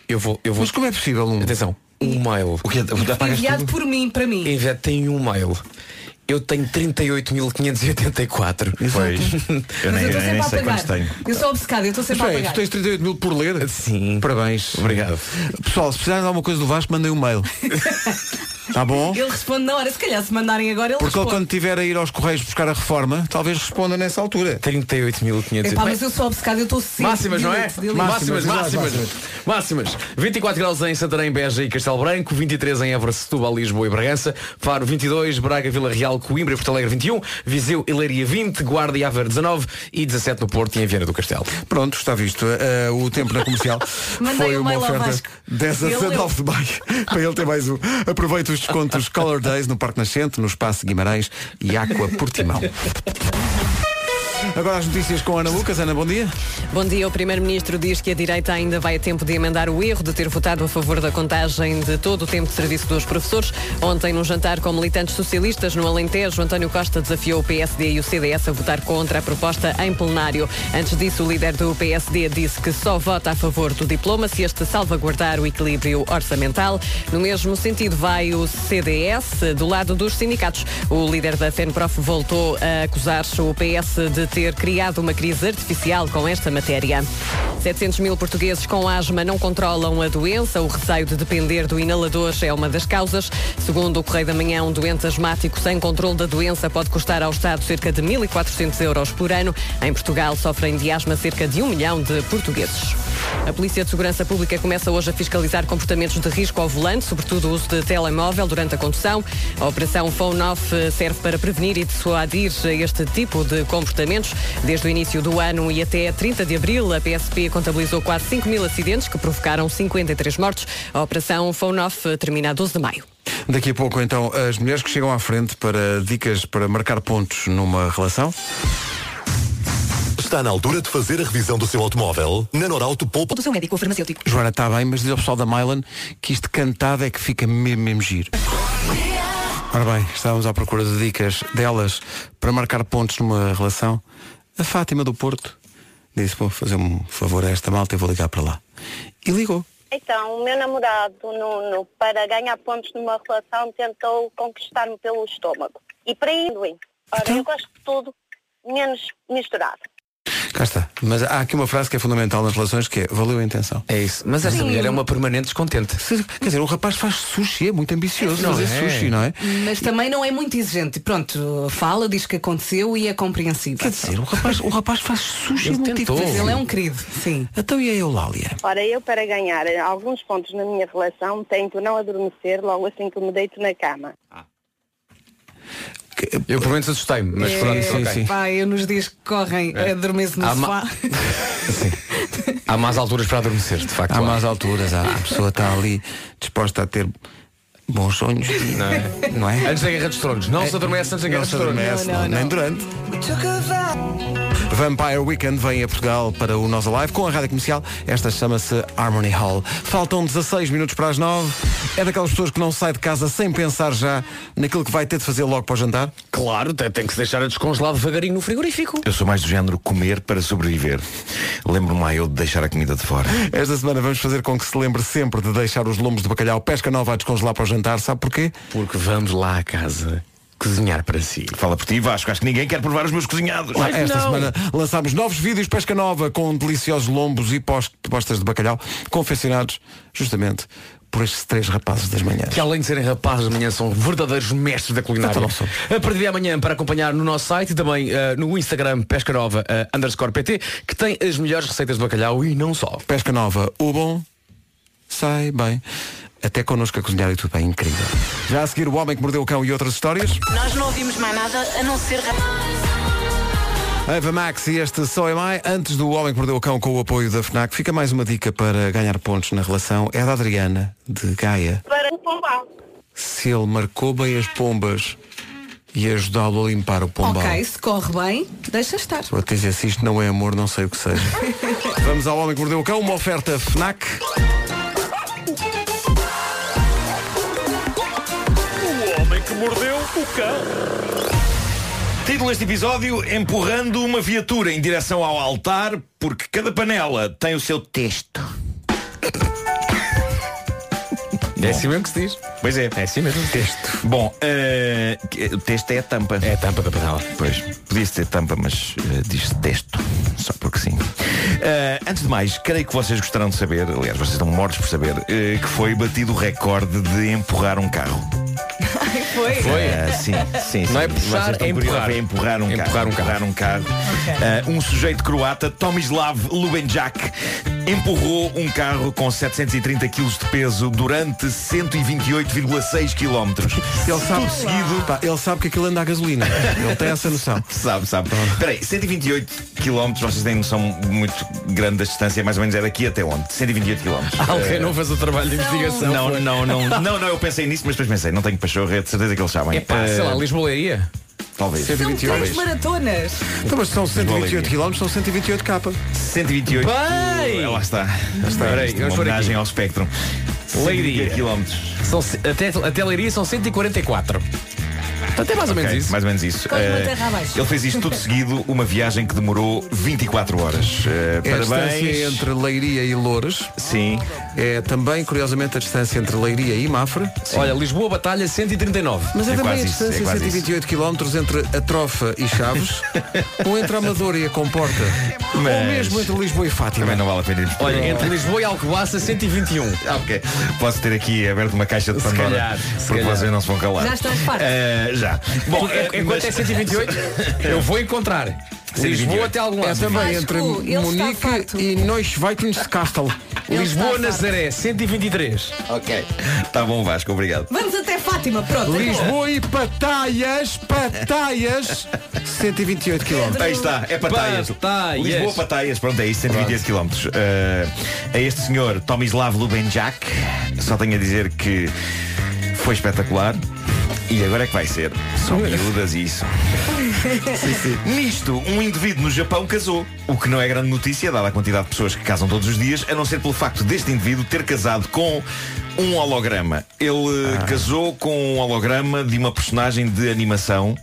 Eu vou, eu vou... Mas como é possível um... Atenção, um mail. O que Enviado por mim, para mim. Invet tem um mail. Eu tenho 38.584. Pois. Eu Mas eu estou sempre a apagar. Eu sou obcecada, eu estou sempre a Espera aí, apagar. tu tens 38 mil por ler? Sim. Parabéns. Obrigado. Pessoal, se precisarem de alguma coisa do Vasco, mandem um mail. Tá bom? Ele responde na hora, se calhar se mandarem agora, ele Porque ele responde. quando tiver a ir aos Correios buscar a reforma, talvez responda nessa altura. 38.500. Epá, mas eu sou obcecada, eu estou sempre. Máximas, não é? delete, delete. Máximas, máximas, máximas. 24 graus em Santarém, Beja e Castelo Branco, 23 em Évora, Setúbal, Lisboa e Bragança, Faro 22, Braga, Vila Real, Coimbra e Porto Alegre 21, Viseu e Leiria 20, Guarda e Aveiro 19 e 17 no Porto e em Viana do Castelo. Pronto, está visto. Eh, o tempo na comercial Mandei foi um uma mail ao oferta Vasco. 10 a Ele leu. 19 de maio para ele ter mais um. Aproveita os descontos Color Days no Parque Nascente, no Espaço Guimarães e Aqua Portimão. Agora as notícias com a Ana Lucas. Ana, bom dia. Bom dia. O Primeiro-Ministro diz que a direita ainda vai a tempo de emendar o erro de ter votado a favor da contagem de todo o tempo de serviço dos professores. Ontem, num jantar com militantes socialistas no Alentejo, António Costa desafiou o PSD e o CDS a votar contra a proposta em plenário. Antes disso, o líder do PSD disse que só vota a favor do diploma se este salvaguardar o equilíbrio orçamental. No mesmo sentido, vai o CDS do lado dos sindicatos. O líder da FENPROF voltou a acusar o PS de ter criado uma crise artificial com esta matéria. 700 mil portugueses com asma não controlam a doença. O receio de depender do inalador é uma das causas. Segundo o Correio da Manhã, um doente asmático sem controle da doença pode custar ao Estado cerca de 1.400 euros por ano. Em Portugal sofrem de asma cerca de um milhão de portugueses. A Polícia de Segurança Pública começa hoje a fiscalizar comportamentos de risco ao volante, sobretudo o uso de telemóvel durante a condução. A Operação Phone Off eh, serve para prevenir e dissuadir este tipo de comportamentos. Desde o início do ano e até 30 de abril, a PSP contabilizou quase 5 mil acidentes que provocaram 53 mortes. A Operação Phone Off eh, termina a 12 de maio. Daqui a pouco, então, as mulheres que chegam à frente para dicas para marcar pontos numa relação. Está na altura de fazer a revisão do seu automóvel? Na Norauto poupa. Do seu médico ou farmacêutico. Joana está bem, mas diz ao pessoal da Mylan que isto cantado é que fica mesmo, mesmo giro. Ora bem, estávamos à procura de dicas delas para marcar pontos numa relação. A Fátima do Porto disse, vou fazer um favor a esta malta e vou ligar para lá. E ligou. Então, o meu namorado, Nuno, para ganhar pontos numa relação, tentou conquistar-me pelo estômago. E para índoim. Ora, eu gosto de tudo, menos misturado. Cá está. Mas há aqui uma frase que é fundamental nas relações que é valeu a intenção. É isso. Mas esta Sim. mulher é uma permanente descontente. Quer dizer, um rapaz faz sushi, é muito ambicioso Não fazer é. sushi, não é? Mas também não é muito exigente. Pronto, fala, diz que aconteceu e é compreensível. Quer dizer, o rapaz, o rapaz faz sushi ele muito tentou. difícil. Ele é um querido, sim. Então e a Eulália? Ora, eu para ganhar alguns pontos na minha relação, tento não adormecer logo assim que me deito na cama. Eu pelo menos assustei-me, mas pronto, ok. Pá, eu nos dias que correm, É. adormeço no Há ma- sofá. Há mais alturas para adormecer, de facto. Há mais alturas, há- a pessoa está ali disposta a ter bons sonhos. Não é? Antes da Guerra dos Tronos. Não se adormece antes da Não Guerra se dos Tronos. adormece, não, nem durante. Vampire Weekend vem a Portugal para o Nós Alive com a rádio comercial. Esta chama-se Harmony Hall. Faltam 16 minutos para as 9. É daquelas pessoas que não sai de casa sem pensar já naquilo que vai ter de fazer logo para o jantar? Claro, tem, tem que se deixar a descongelar devagarinho no frigorífico. Eu sou mais do género comer para sobreviver. Lembro-me lá eu de deixar a comida de fora. Esta semana vamos fazer com que se lembre sempre de deixar os lombos de bacalhau pesca nova a descongelar para o jantar. Sabe porquê? Porque vamos lá à casa cozinhar para si. Fala por ti, Vasco. Acho que ninguém quer provar os meus cozinhados. Lá, Esta semana lançámos novos vídeos pesca nova com deliciosos lombos e pos- postas de bacalhau confeccionados justamente por estes três rapazes das manhãs. que além de serem rapazes amanhã são verdadeiros mestres da culinária. Então não somos. A partir de amanhã para acompanhar no nosso site e também eh, no Instagram Pesca Nova eh, underscore PT, que tem as melhores receitas de bacalhau e não só. Pesca nova, o bom sai bem. Até connosco a cozinhar e tudo bem, incrível. Já a seguir o Homem que Mordeu o Cão e outras histórias. Nós não ouvimos mais nada a não ser Eva Max e este Só é Mai. Antes do Homem que Mordeu o Cão com o apoio da FNAC, fica mais uma dica para ganhar pontos na relação. É da Adriana, de Gaia. Para o pombal. Se ele marcou bem as pombas e ajudá-lo a limpar o pombal. Ok, se corre bem, deixa estar. Vou te dizer, se isto não é amor, não sei o que seja. Vamos ao Homem que Mordeu o Cão, uma oferta FNAC. O homem que mordeu o cão. Título deste episódio: Empurrando uma viatura em direção ao altar, porque cada panela tem o seu texto. É assim mesmo que se diz. Pois é. É assim mesmo. Texto. Bom, eh, que- o texto é a tampa. É a tampa da panela. Pois. Podia ser tampa, mas eh, diz-se texto. Só porque sim. Eh, antes de mais, creio que vocês gostaram de saber, aliás, vocês estão mortos por saber, eh, que foi batido o recorde de empurrar um carro. Foi? Ah, sim, sim, sim. Não é puxar, Vocês estão é empurrar. curiosos, É empurrar um Empurrar carro. um carro. Empurrar um carro. Ah, um sujeito croata, Tomislav Lubenjak, empurrou um carro com 730 kg de peso durante 128,6 km. Ele sabe seguido. ele sabe que aquilo anda a gasolina. Ele tem essa noção. sabe, sabe. Espera aí, 128 km, vocês têm noção muito grande da distância, mais ou menos é daqui até onde? 128 km. Alguém Ah, não fez o trabalho de investigação. Eh, Não, foi? não, não, não, não, eu pensei nisso, mas depois pensei, não tenho pachorra, é de certeza que eles sabem. É pá, sei lá, Ah, Lisboa-Leiria. Talvez. São um três Talvez. maratonas. Então, mas são 128 km, são 128 k. 128. Bem! Ah, Lá está. Lá está. Espera aí, Isto vamos é uma por aqui. homenagem ao Spectrum. Leiria. 128 quilómetros. São, ce- até, até Leiria são 144. Portanto, é mais ou Ok, menos isso. Mais ou menos isso. Quase uma Eh, terra abaixo. ele fez isto tudo seguido, uma viagem que demorou 24 horas. Eh, É a parabéns. distância entre Leiria e Loures. Sim. É também, curiosamente, a distância entre Leiria e Mafra. Olha, Lisboa Batalha 139. Mas é, também a quase isso, distância, é quase isso. 128 km entre a Trofa e Chaves, ou entre a Amadora e a Comporta, ou Mas- mesmo entre Lisboa e Fátima. Também não vale a pena irmos por Olha, aí. entre Lisboa e um. Alcobaça 121. Ah, ok. Posso ter aqui aberto uma caixa de Se Pandora. calhar, se porque calhar. vocês não se vão calar. Já estás farto? Eh, já. Bom, eh, enquanto mas- é 128, eu vou encontrar. 128. Lisboa até algum lado. É também entre Munique e Neuschweitenscastel. Lisboa Nazaré, 123. Ok. Tá bom, Vasco, obrigado. Vamos até Fátima, pronto. Lisboa e Pataias, Pataias, 128 km. Aí está, é Pataias. Pataias. Lisboa, Pataias, pronto, é isso, 128 km. Eh, a este senhor, Tomislav Lubenjak, só tenho a dizer que Foi espetacular. E agora é que vai ser. São miúdas e isso. Nisto, um indivíduo no Japão casou. O que não é grande notícia, dada a quantidade de pessoas que casam todos os dias, a não ser pelo facto deste indivíduo ter casado com um holograma. Ele eh, casou com um holograma de uma personagem de animação,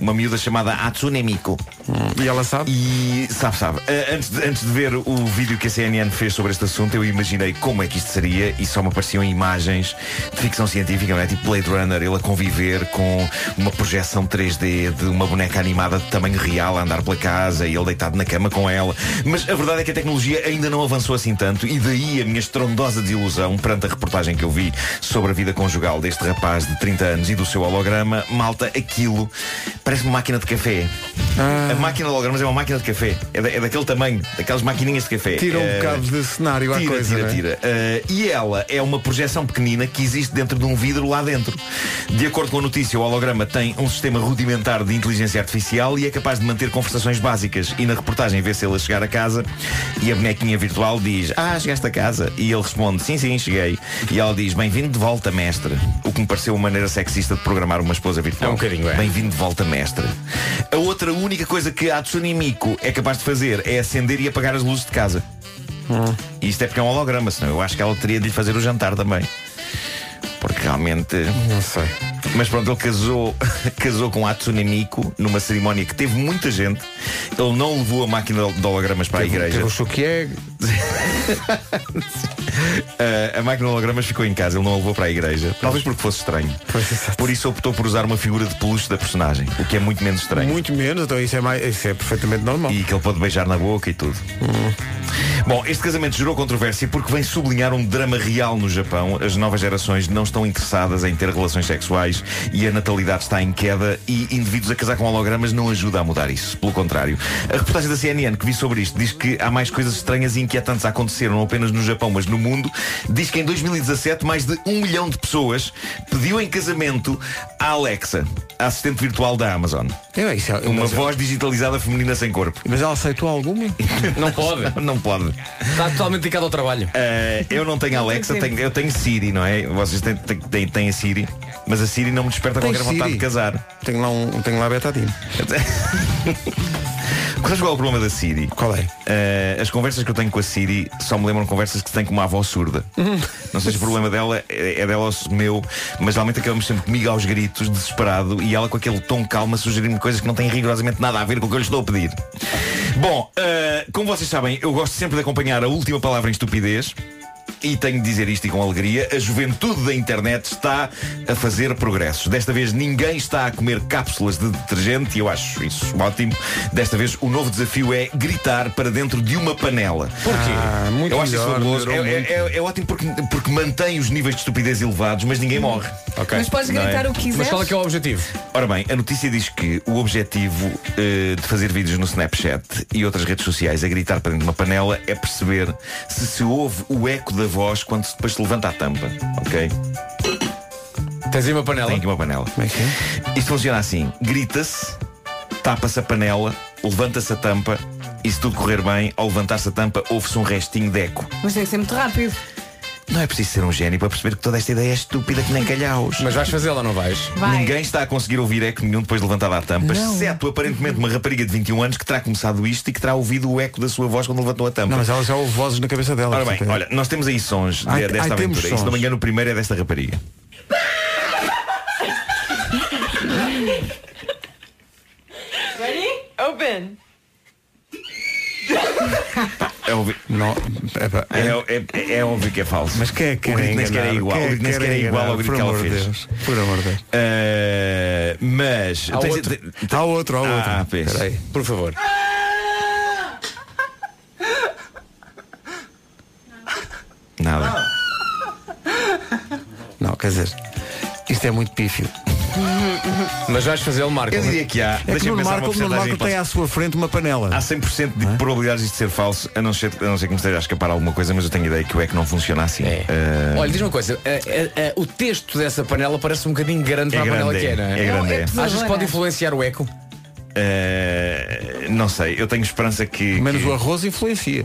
uma miúda chamada Hatsune Miku. E ela sabe? E sabe, sabe. Eh, antes, de, antes de ver o vídeo que a CNN fez sobre este assunto, eu imaginei como é que isto seria e só me apareciam imagens de ficção científica, não é? Tipo Blade Runner, ele a conviver com uma projeção 3D de uma boneca animada de tamanho real a andar pela casa e ele deitado na cama com ela. Mas a verdade é que a tecnologia ainda não avançou assim tanto e daí a minha estrondosa desilusão perante a reportagem que eu vi sobre a vida conjugal deste rapaz de 30 anos e do seu holograma. Malta, aquilo parece uma máquina de café. Ah. A máquina de hologramas é uma máquina de café. É, da- é daquele tamanho, daquelas maquininhas de café. Tira um É, bocado de cenário à tira, coisa. não Tira, é? tira. Eh, e ela é uma projeção pequenina que existe dentro de um vidro lá dentro. De acordo com a notícia, o holograma tem um sistema rudimentar de inteligência artificial e é capaz de manter conversações básicas. E na reportagem vê-se ele a chegar a casa e a bonequinha virtual diz Ah, chegaste a casa. E ele responde Sim, sim, cheguei. E ela diz Bem-vindo de volta, mestre. O que me pareceu uma maneira sexista de programar uma esposa virtual. É um bocadinho, é. Bem-vindo de volta, mestre. A outra única coisa que a Hatsune Miku é capaz de fazer é acender e apagar as luzes de casa. E isto é porque é um holograma, senão eu acho que ela teria de lhe fazer o jantar também. Porque realmente. Não sei. Mas pronto, ele casou, casou com a Hatsune Miku numa cerimónia que teve muita gente. Ele não levou a máquina de hologramas para a igreja. Teve o Chuquieg. Ah, a máquina de hologramas ficou em casa, ele não a levou para a igreja. Talvez porque fosse estranho. Por isso optou por usar uma figura de peluche da personagem, o que é muito menos estranho. Muito menos, então isso é, mais, isso é perfeitamente normal. E que ele pode beijar na boca e tudo. Bom, este casamento gerou controvérsia porque vem sublinhar um drama real no Japão. As novas gerações não estão interessadas em ter relações sexuais e a natalidade está em queda e indivíduos a casar com hologramas não ajuda a mudar isso. Pelo contrário, a reportagem da CNN que vi sobre isto diz que há mais coisas estranhas e inquietantes a acontecer, não apenas no Japão, mas no mundo. Diz que em 2017 mais de um milhão de pessoas pediu em casamento a Alexa, a assistente virtual da Amazon. Uma voz digitalizada feminina sem corpo. é Mas ela aceitou alguma? Não pode. não pode. Está totalmente dedicado ao trabalho. eu não tenho Alexa, tenho- eu tenho Siri, não é? Vocês têm, têm- têm, têm a Siri. Mas a Siri não me desperta Tem qualquer vontade Siri? de casar. Tenho lá, um, tenho lá betadinho. Sabes qual é o problema da Siri? Qual é? as conversas que eu tenho com a Siri só me lembram conversas que tenho com uma avó surda. Não sei se o problema dela é é dela ou se meu, mas realmente acabamos sempre comigo aos gritos, desesperado, e ela com aquele tom calma sugerindo coisas que não têm rigorosamente nada a ver com o que eu lhe estou a pedir. Bom, eh, como vocês sabem, eu gosto sempre de acompanhar a última palavra em estupidez. E tenho de dizer isto e com alegria, a juventude da internet está a fazer progressos. Desta vez ninguém está a comer cápsulas de detergente e eu acho isso ótimo. Desta vez o novo desafio é gritar para dentro de uma panela. Porquê? Ah, muito eu acho isso melhor, fabuloso. É, melhorou é- é- é ótimo porque, porque mantém os níveis de estupidez elevados, mas Hum. ninguém morre. Mas podes Não gritar o que quiseres. Mas qual é que é o objetivo? Ora bem, a notícia diz que o objetivo eh, de fazer vídeos no Snapchat e outras redes sociais a gritar para dentro de uma panela é perceber se se ouve o eco da voz quando se- depois se levanta a tampa. Ok? Tens aí uma panela? Tem aqui uma panela. Isto funciona assim. Grita-se, tapa-se a panela, levanta-se a tampa e se tudo correr bem, ao levantar-se a tampa, ouve-se um restinho de é eco. Mas tem que ser muito rápido. Não é preciso ser um gênio para perceber que toda esta ideia é estúpida que nem calhaus. Mas vais fazê-la, não vais? Vai. Ninguém está a conseguir ouvir eco nenhum depois de levantada à tampa, Não. exceto aparentemente uma rapariga de 21 anos que terá começado isto e que terá ouvido o eco da sua voz quando levantou a tampa. Não, mas ela já ouve vozes na cabeça dela. Ora bem, portanto, é. olha, nós temos aí sons de- Ai, desta ai, temos aventura. E se não sons. me engano, o primeiro é desta rapariga. Ready? Open. É óbvio. Não, é, é, é óbvio que é falso. Mas quem é que quer o grito nem sequer é enganar? igual. Quem é o grito nem que sequer quer é igual ao enganar? Por grito que ela amor de fez. Deus, por amor de Deus. Eh, mas Há outro. há outro, há outro. Ah, pois. Por favor. Nada. Não, quer dizer, isto é muito pífio. Mas vais fazê-lo, Marco. Eu diria que há. É que Deixa-me Nuno pensar Marco- uma Nuno Marco porcentagem Ah, tem à sua frente uma panela. Há 100% de probabilidades de ser falso, a não ser, a não ser que me esteja a escapar alguma coisa, mas eu tenho ideia que o é que não funciona assim. Eh, Olha, diz uma coisa, eh, eh, eh, o texto dessa panela parece um bocadinho grande É para a panela grande, que é, não é? é grande, é. Achas que pode influenciar o eco? eh, não sei, eu tenho esperança que. Menos que- o arroz influencia.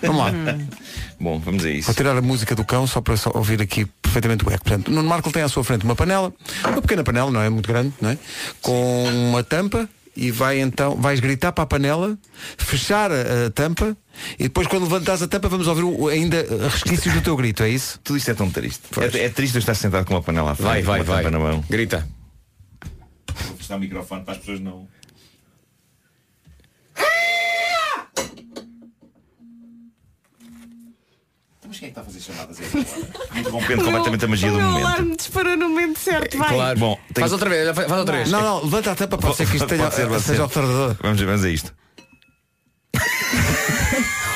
Vamos lá. Bom, vamos a isso. Vou tirar a música do cão só para só ouvir aqui por perfeitamente o eco. Portanto, Nuno Marco tem à sua frente uma panela, uma pequena panela, não é muito grande, não é? Com uma tampa e vai então, vais gritar para a panela, fechar a, a tampa e depois quando levantares a tampa vamos ouvir o- ainda eh, resquícios do teu grito, é isso? Tudo isto é tão triste. É, é triste eu estar sentado com uma panela à Vai, frente, vai, com uma vai. tampa na mão. Grita. Vou prestar o microfone para as pessoas não. Mas quem é que está a fazer chamadas aí? Interrompendo completamente a magia do O meu momento. alarme disparou no momento certo, vai. Bom, Faz outra vez, faz outra vez. Não, não, levanta a tampa, é pode ser que isto tenha, eh, Pode ser, pode seja ser. observador. Vamos, vamos a isto.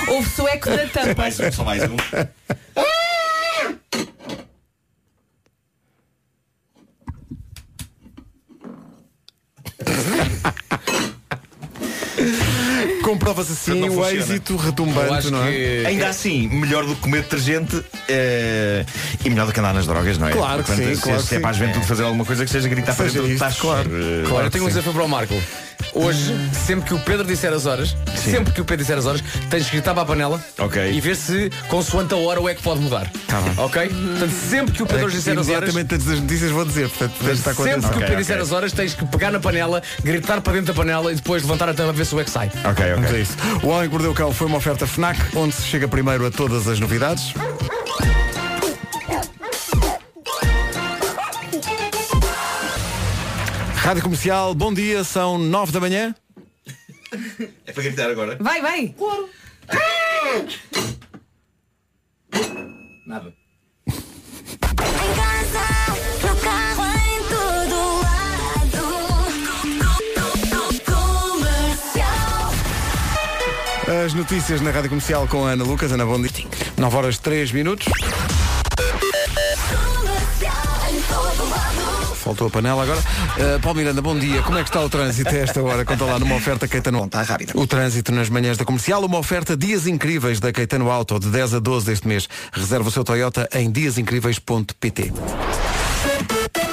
Houve o eco da tampa. Mais um, só mais um. Comprova-se assim o êxito retumbante, não é? Ainda assim, melhor do que comer detergente eh, e melhor do que andar nas drogas, não é? Claro que Portanto, sim, se, claro se que é para a sim. juventude fazer alguma coisa que seja gritar para Seja dentro do isto, tacho. claro. Eh, Claro, eu tenho um desafio para o Marco. Hoje, sempre que o Pedro disser as horas, sempre que o Pedro disser as horas, tens que gritar para a panela Ok. e ver se, consoante a hora, o é que pode mudar. Tá bem. Ok? Portanto, sempre que o Pedro É que disser as horas. imediatamente antes das notícias vou dizer, portanto, deve estar com Sempre atenção. que o Pedro disser as horas, tens que pegar na panela, gritar para dentro da panela e depois levantar a tampa ver se o é que sai. Ok, Vamos a isso. O Homem que Mordeu o Cão foi uma oferta FNAC, onde se chega primeiro a todas as novidades. Rádio Comercial, bom dia, são 9 da manhã. É para gritar agora? Vai, vai! Claro! Nada. No carro, em todo lado. Comercial. As notícias na Rádio Comercial com a Ana Lucas. Ana, bom dia. 9 horas 3 minutos. Faltou a panela agora. Uh, Paulo Miranda, bom dia. Como é que está o trânsito a esta hora? Conta lá numa oferta Caetano Auto. Está rápido. O trânsito nas manhãs da comercial, uma oferta Dias Incríveis da Caetano Auto, de 10 a 12 deste mês. Reserva o seu Toyota em diasincríveis.pt.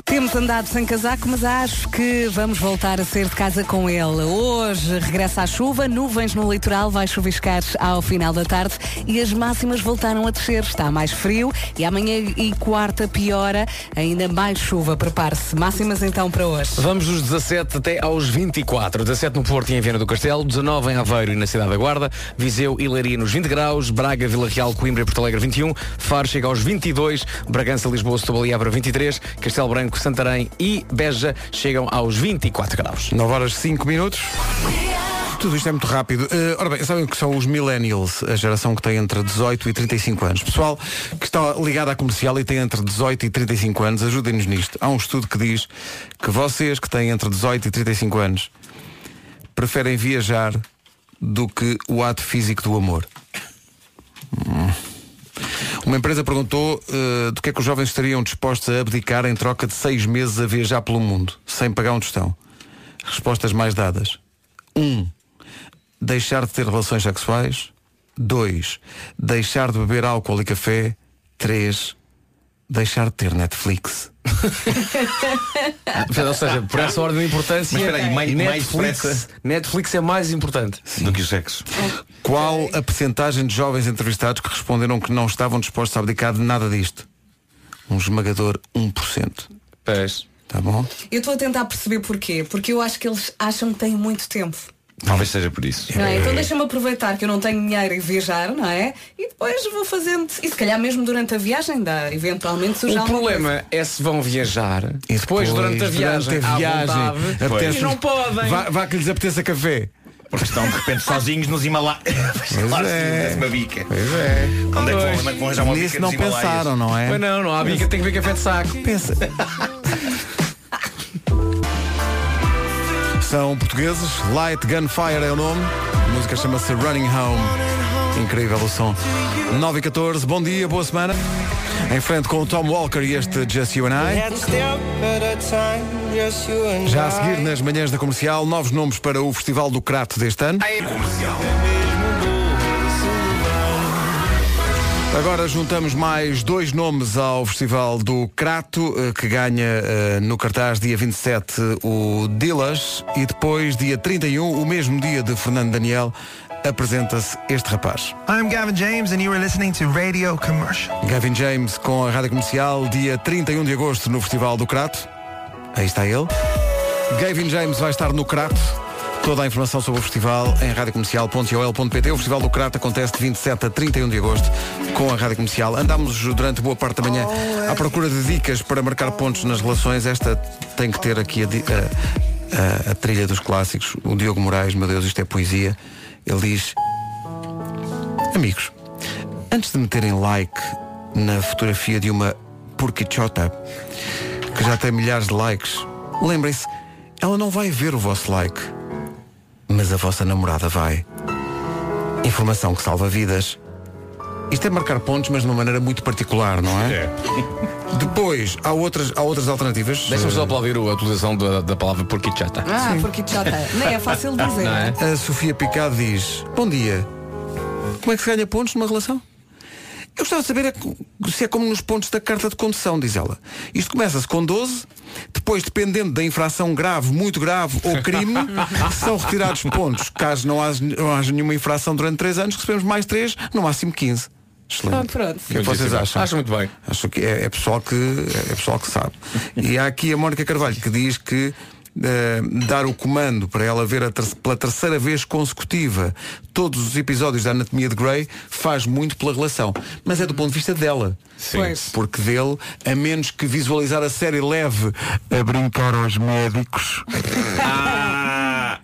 Temos andado sem casaco, mas acho que vamos voltar a ser de casa com ele. Hoje regressa a chuva, nuvens no litoral, vai chuviscar ao final da tarde e as máximas voltaram a descer. Está mais frio e amanhã e quarta piora, ainda mais chuva. Prepare-se. Máximas então para hoje. Vamos dos 17 até aos 24. 17 no Porto e em Viana do Castelo, 19 em Aveiro e na Cidade da Guarda, Viseu e Leiria nos 20 graus, Braga, Vila Real, Coimbra e Porto Alegre 21, Faro chega aos 22, Bragança, Lisboa, Setúbal e Évora 23, Castelo Branco, Santarém e Beja chegam aos 24 graus. 9 horas 5 minutos. Tudo isto é muito rápido. Eh, ora bem, sabem o que são os millennials, a geração que tem entre 18 e 35 anos. Pessoal que está ligado à comercial e tem entre 18 e 35 anos, ajudem-nos nisto. Há um estudo que diz que vocês que têm entre 18 e 35 anos preferem viajar do que o ato físico do amor. Hum. Uma empresa perguntou eh, do que é que os jovens estariam dispostos a abdicar em troca de seis meses a viajar pelo mundo, sem pagar um tostão. Respostas mais dadas. 1. Um, deixar de ter relações sexuais. 2. Deixar de beber álcool e café. 3. Deixar de ter Netflix. Ou seja, por essa ordem de importância, Mas espera aí, mais- mais Netflix, depressa. Netflix é mais importante do que o sexo. Qual a percentagem de jovens entrevistados que responderam que não estavam dispostos a abdicar de nada disto? Um esmagador 1%. Pois. Tá bom? Eu estou a tentar perceber porquê, porque eu acho que eles acham que têm muito tempo. Talvez seja por isso. Não é? Então deixa-me aproveitar que eu não tenho dinheiro e viajar, não é? E depois vou fazendo. E se calhar mesmo durante a viagem dá eventualmente surge O alguma problema é se vão viajar e depois, Pois, durante a durante viagem, a à viagem, vontade, apetece-lhes- e não podem. Vá, vá que lhes apeteça café. Porque estão de repente sozinhos nos Himalaias. Pois é. Uma bica. Pois é. Onde é que vão- onde é que vão arranjar uma Nisso bica não nos Himalaias? pensaram, não é? Mas não, não há bica, tem que ver café de saco. Pensa. São portugueses. Light Gunfire é o nome. A música chama-se Running Home. Incrível o som. 9 e 14. Bom dia, boa semana. Em frente com o Tom Walker e este Just You and I. Já a seguir, nas manhãs da comercial, novos nomes para o Festival do Crato deste ano. Agora juntamos mais dois nomes ao Festival do Crato, eh, que ganha eh, no cartaz dia um, 27 o Dilas e depois dia 31, o mesmo dia de Fernando Daniel, apresenta-se este rapaz. I'm Gavin James and you are listening to Radio Commercial. Gavin James com a Rádio Comercial, dia 31 de agosto no Festival do Crato. Aí está ele. Gavin James vai estar no Crato. Toda a informação sobre o festival em radiocomercial.ol.pt. O Festival do Crato acontece de 27 a 31 de agosto com a Rádio Comercial. Andámos durante boa parte da manhã à procura de dicas para marcar pontos nas relações. Esta tem que ter aqui a, di- a- a- a trilha dos clássicos. O Diogo Moraes, meu Deus, isto é poesia. Ele diz... Amigos, antes de meterem like na fotografia de uma porquichota que já tem milhares de likes, lembrem-se, ela não vai ver o vosso like, mas a vossa namorada vai. Informação que salva vidas. Isto é marcar pontos, mas de uma maneira muito particular, não é? Depois, há outras, há outras alternativas. Deixa-me só Eh, aplaudir a utilização da, da palavra porquichata. Ah, porque já está. Nem é fácil dizer. Não é? A Sofia Picado diz, bom dia. Como é que se ganha pontos numa relação? Eu gostava de saber é co- se é como nos pontos da carta de condução, diz ela. Isto começa-se com 12, depois, dependendo da infração grave, muito grave ou crime, são retirados pontos. Caso não haja, não haja nenhuma infração durante 3 anos, recebemos mais 3, no máximo 15. Excelente. Ah, pronto. O que é que vocês Muitíssimo. acham? Acho muito bem. Acho que é, é pessoal que, é pessoal que sabe. E há aqui a Mónica Carvalho que diz que eh, dar o comando para ela ver a ter- pela terceira vez consecutiva todos os episódios da Anatomia de Grey faz muito pela relação. Mas é do ponto de vista dela. Sim. Pois. Porque dele, a menos que visualizar a série leve a brincar aos médicos.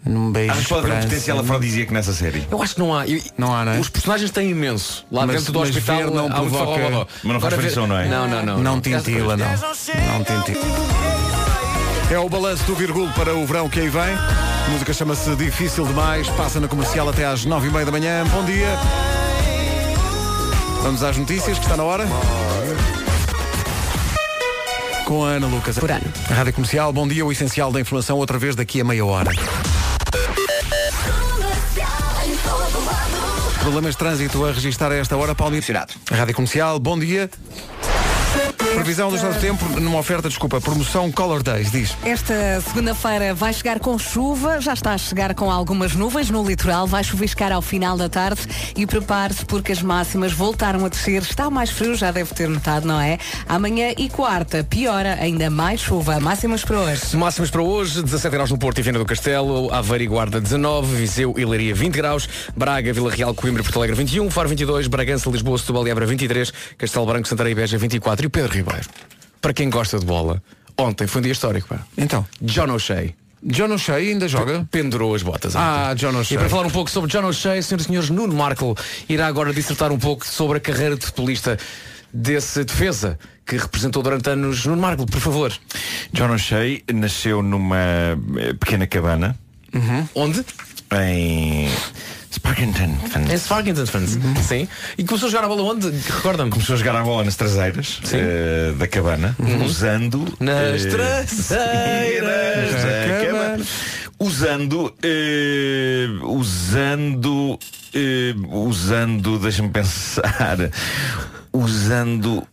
Num beijo. Acho que pode haver um Ah. esperança. potencial afrodisíaco nessa série. Eu acho que não há. eu- Não há, não é? Os personagens têm imenso. Lá Mas- dentro do mas hospital ver não há um provoca- forró-borró. Mas não faz Agora ver- fricção, não é? Não, não, não. Não tintila, não. Não tintila. É o balanço do Virgulho para o verão que aí vem. A música chama-se Difícil Demais. Passa na comercial até às nove e meia da manhã. Bom dia. Vamos às notícias, que está na hora. Com a Ana Lucas. Por ano. Rádio Comercial, bom dia. O essencial da informação, outra vez daqui a meia hora. Problemas de trânsito a registrar a esta hora, Palmeiras. Rádio Comercial, bom dia. Previsão do estado do tempo numa oferta, desculpa, promoção Color Days, diz. Esta segunda-feira vai chegar com chuva, já está a chegar com algumas nuvens no litoral, vai chuviscar ao final da tarde e prepare-se porque as máximas voltaram a descer. Está mais frio, já deve ter notado, não é? Amanhã e quarta, piora, ainda mais chuva. Máximas para hoje. Máximas para hoje, 17 graus no Porto e Viana do Castelo, Aveiro e Guarda 19, Viseu e Leiria 20 graus, Braga, Vila Real, Coimbra e Porto Alegre 21, Faro 22, Bragança, Lisboa, Setúbal e Évora 23, Castelo Branco, Santarém e Beja 24 e o Pedro Ribeiro. Para quem gosta de bola, ontem foi um dia histórico, pá. Então? John O'Shea. John O'Shea ainda joga? pendurou as botas. Ah, John E O'Shea. para falar um pouco sobre John O'Shea, senhoras e senhores, Nuno Markle irá agora dissertar um pouco sobre a carreira de futebolista desse defesa que representou durante anos Nuno Markle, por favor. John O'Shea nasceu numa eh, pequena cabana. Onde? Em Sparkington. É Sparkington Fans. Sim. E começou a jogar a bola onde? Recorda-me. Começou a jogar a bola nas traseiras eh, da cabana, Uhum. usando. Nas eh, traseiras da cabana. é Usando. eh, usando. eh, usando. Deixa-me pensar. Usando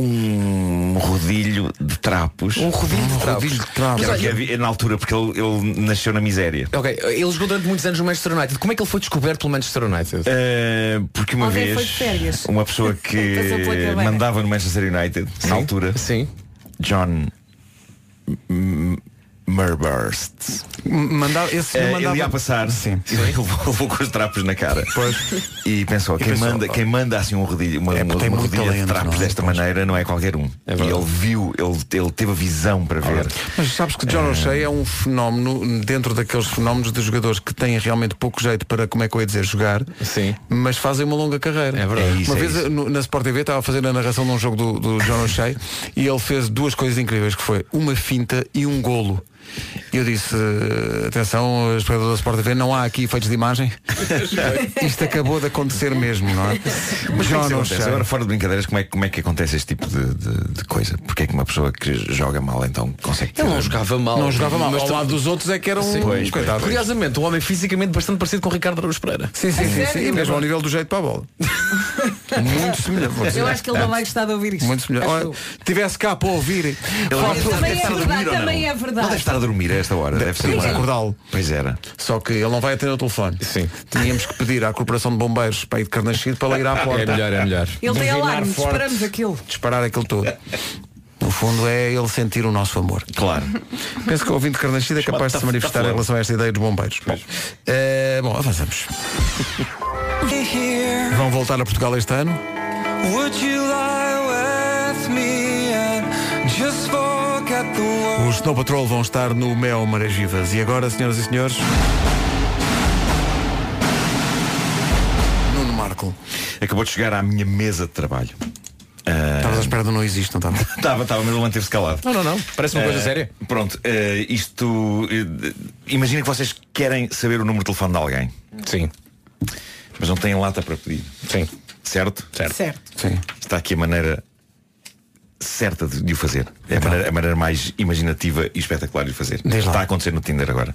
um rodilho de trapos. Um rodilho de trapos. Que era o Mas que olha- havia na altura, porque ele, ele nasceu na miséria. Ok, ele jogou durante muitos anos no Manchester United. Como é que ele foi descoberto pelo Manchester United? Eh, porque uma Alguém vez foi de férias. uma pessoa que Passou pela cabana. mandava no Manchester United na altura John Murburst Mandava, esse não mandava- É, ele ia passar sim. levou com os trapos na cara e pensou, E quem, pensou, manda, "Oh." quem manda assim um rodilho uma, uma, tem uma muito rodilha talento, de trapos não é? desta maneira não é qualquer um e ele viu ele, ele teve a visão para ver Mas sabes que John O'Shea é um fenómeno dentro daqueles fenómenos de jogadores que têm realmente pouco jeito para, como é que eu ia dizer, jogar, Sim. mas fazem uma longa carreira. É verdade. É isso, uma é vez isso. no- na Sport TV estava a fazer a narração de um jogo do, do John O'Shea e ele fez duas coisas incríveis, que foi uma finta e um golo. E Eu disse, eh, atenção, os jogadores da Sport TV, não há aqui efeitos de imagem. Isto acabou de acontecer mesmo, não é? Mas como é que isso John acontece? O'Shea. Agora fora de brincadeiras, como é, como é que acontece este tipo de, de- de coisa? Porque é que uma pessoa que joga mal então consegue Ele não jogava mal. Não jogava mal. Mas Ao tu- lado dos outros é que era um Sim. coitado. Curiosamente, um homem fisicamente bastante parecido com o Ricardo Araújo Pereira. Sim, sim, sim, sim. E mesmo ao nível do jeito para a bola. É, Muito semelhante. vou dizer. Eu acho que ele não vai gostar de ouvir isto. Muito semelhante. Acho Ora, tivesse cá para ouvir. Também é verdade, também é verdade. a dormir a esta hora. Deve ser Temos uma- que acordá-lo. Pois era. Só que ele não vai atender o telefone. Sim. Tínhamos que pedir à Corporação de Bombeiros para ir de Carnaxide para ela ir à porta. É melhor, é melhor. Ele tem Buzinar alarme, forte, disparamos aquilo. Disparar aquilo todo. No fundo é ele sentir o nosso amor. Claro. Penso que o ouvinte de Carnaxide é capaz de se manifestar em relação a esta ideia dos bombeiros. Bom, eh, bom avançamos. Vão voltar a Portugal este ano? Os Snow Patrol vão estar no Mel Marés Vivas. E agora, senhoras e senhores. Nuno Marco. Acabou de chegar à minha mesa de trabalho. Estavas à espera do não existe, não estava? Estava, estava, mas ele manteve-se calado. Não, não, não. Parece uma coisa Eh, séria. Pronto, eh, isto. eh, imagina que vocês querem saber o número de telefone de alguém. Sim. Mas não têm lata para pedir. Sim. Certo? Certo. Sim. Está aqui a maneira certa de, de o fazer. É a maneira, a maneira mais imaginativa e espetacular de o fazer. Então. Diz lá. Está a acontecer no Tinder agora.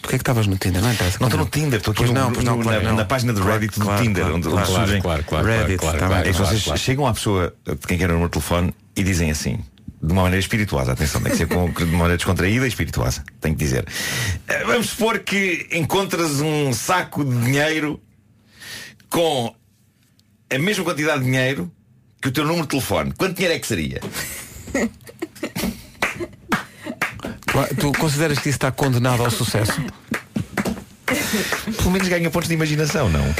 Porquê é que estavas no Tinder? Não interessa. Não estou no Tinder, estou aqui Pois no- não, pois não, no- claro, na, não. na página de Claro, Reddit do claro, Tinder, claro, onde, claro, onde surgem claro, claro, claro, Reddit. claro, tá claro, bem. É que claro, vocês claro. chegam à pessoa de quem quer o número de telefone e dizem assim, de uma maneira espirituosa, atenção, tem que ser com, de uma maneira descontraída e espirituosa, tenho que dizer. Eh, Vamos supor que encontras um saco de dinheiro com a mesma quantidade de dinheiro que o teu número de telefone. Quanto dinheiro é que seria? Tu- Tu consideras que isso está condenado ao sucesso? Pelo menos ganha pontos de imaginação, não?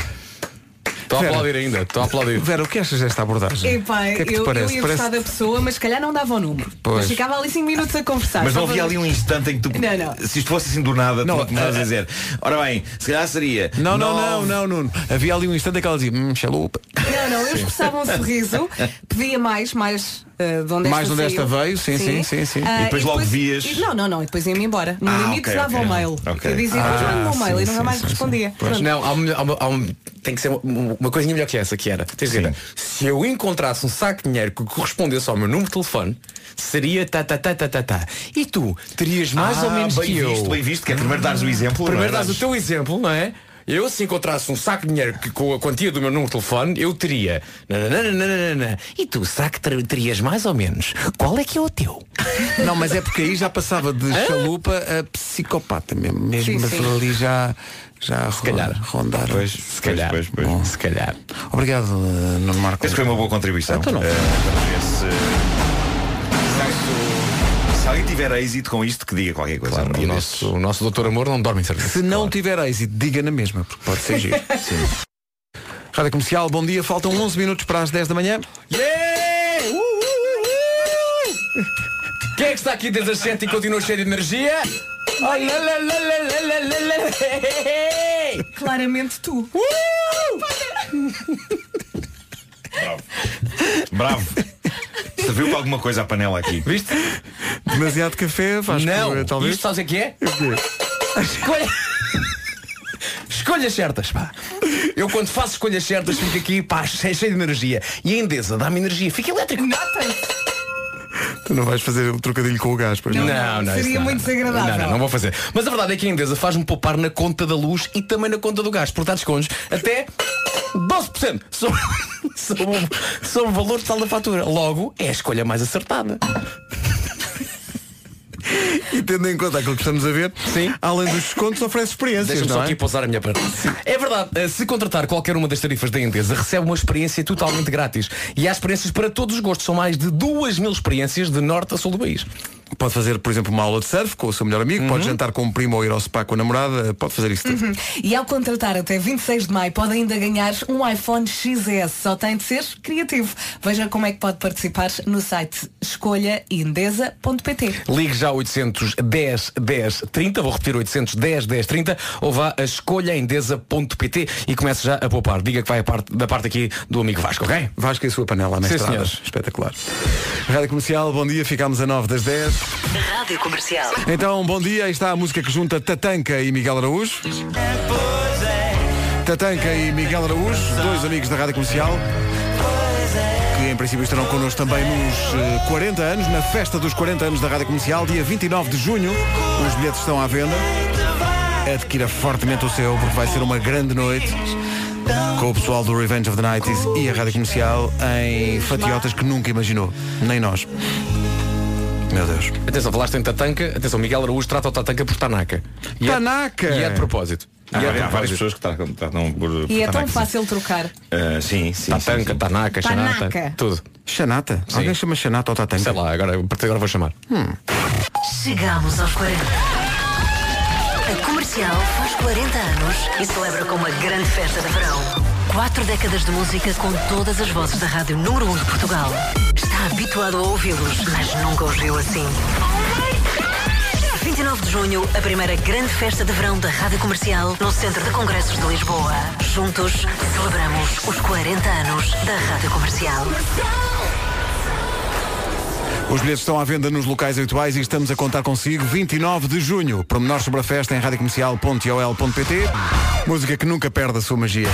Estou a aplaudir ainda, estou a aplaudir. Vera, o que achas desta abordagem? Epá, O que é que te eu, eu parece? ia Parece- gostar da pessoa, mas se calhar não dava o número. Pois. Mas ficava ali 5 minutos a conversar. Mas só não havia para- ali um instante em que tu. Não, não. Se isto fosse assim do nada, tu começavas a dizer. Ora bem, se calhar seria. Não, não, não, nove- não, Nuno. Havia ali um instante em que ela dizia, hum, chalupa. Não, não, eu Sim. expressava um sorriso, pedia mais, mais ah, de onde Mais esta de onde esta saiu. veio, sim, sim, sim, sim. Ah, E depois logo vias. e- não, não, não, e depois ia-me embora. No Ah, limite ok, dava o ok. mail. Ok. Eu dizia, depois Ah, manda-me o mail sim, e nunca sim, mais sim, respondia. Pois. Pronto. Não, há uma, há uma- há um- tem que ser uma, uma coisinha melhor que essa, que era. Tens de dizer, se eu encontrasse um saco de dinheiro que correspondesse ao meu número de telefone, seria tá, tá, tá, tá, tá, tá. E tu terias mais Ah, ou menos bem que eu. visto, bem visto, que é primeiro dares o exemplo, Primeiro não é? dás o teu exemplo, não é? Eu, se encontrasse um saco de dinheiro que, com a quantia do meu número de telefone, eu teria. nananana. E tu, será que ter- terias mais ou menos? Qual é que é o teu? Não, mas é porque aí já passava de chalupa a psicopata mesmo. Mesmo Sim, mas sim. ali já, já se calhar. rondar. Pois, se calhar. se calhar. Obrigado, eh, Nuno Marco. Essa foi uma boa contribuição. Então não. Eh, vamos ver se- se. alguém tiver êxito com isto, que diga qualquer coisa. o, nosso, o nosso doutor amor não dorme em serviço. Se não tiver êxito, diga na mesma, porque pode ser giro. Rádio Comercial, bom dia. Faltam 11 minutos para as 10 da manhã. Yeah! Uh, uh, uh, uh! Quem é que está aqui desde as 7 e continua cheio de energia? Oh, la, la, la, la, la, la, la, la, la. Claramente tu. Bravo. Serviu para alguma coisa a panela aqui. Viste? Demasiado café, faz Não, com- talvez. isto sabes o que é? Escolha... Escolhas certas, pá. Eu quando faço escolhas certas fico aqui, pá, cheio, cheio de energia. E a Endesa dá-me energia, fica elétrico. Tu não vais fazer o trocadilho com o gás, pois Não, não, isso não, não. Não, não, não vou fazer. Mas a verdade é que a Endesa faz-me poupar na conta da luz e também na conta do gás. Por dar descontos até 12% sobre, sobre, o- sobre o valor total da fatura. Logo, é a escolha mais acertada. E tendo em conta aquilo que estamos a ver, além dos descontos, oferece experiências. Deixa-me não só é? aqui pousar a minha perna. É verdade, eh, se contratar qualquer uma das tarifas da Endesa, recebe uma experiência totalmente grátis. E há experiências para todos os gostos. São mais de 2 mil experiências de norte a sul do país. Pode fazer, por exemplo, uma aula de surf com o seu melhor amigo, Uhum. pode jantar com um primo ou ir ao spa com a namorada, pode fazer isso tudo. Uhum. E ao contratar até 26 de maio pode ainda ganhar um iPhone XS. Só tem de ser criativo. Veja como é que pode participar no site escolhaindesa.pt. Ligue já 810 10 30, vou repetir 810 10 30 ou vá a escolhaendesa.pt e comece já a poupar. Diga que vai a parte, da parte aqui do amigo Vasco, ok? Vasco e a sua panela Sim, mestradas. senhores. Espetacular. Rádio Comercial, bom dia, ficámos a 9 das 10. Rádio Comercial. Então, bom dia, aí está a música que junta Tatanca e Miguel Araújo. Tatanca e Miguel Araújo, dois amigos da Rádio Comercial. Que em princípio estarão connosco também nos eh, 40 anos, na festa dos 40 anos da Rádio Comercial, dia 29 de junho. Os bilhetes estão à venda. Adquira fortemente o seu, porque vai ser uma grande noite com o pessoal do Revenge of the Nights e a Rádio Comercial em fatiotas que nunca imaginou, nem nós. Meu Deus. Atenção, falaste em Tatanca. Atenção, Miguel Araújo trata o Tatanca por Tanaka. E Tanaka! Ah, É, e é de propósito. E Há, é de várias- há várias propósito. pessoas que tratam, tratam por. por E é tão Tanaka. fácil trocar. Ah, sim, sim. Tatanca, Tanaka, Xanata, Tanaka. tudo. Xanata? Alguém chama Xanata ou Tatanca? Sei lá, agora, a partir de agora vou chamar. Chegamos aos 40. A comercial faz 40 anos e celebra com uma grande festa de verão. Quatro décadas de música com todas as vozes da rádio número 1 de Portugal. Está habituado a ouvi-los, mas nunca os viu assim. 29 de junho, a primeira grande festa de verão da Rádio Comercial no Centro de Congressos de Lisboa. Juntos, celebramos os 40 anos da Rádio Comercial. Os bilhetes estão à venda nos locais habituais e estamos a contar consigo 29 de junho. Promenores sobre a festa em radiocomercial.ol.pt Música que nunca perde a sua magia.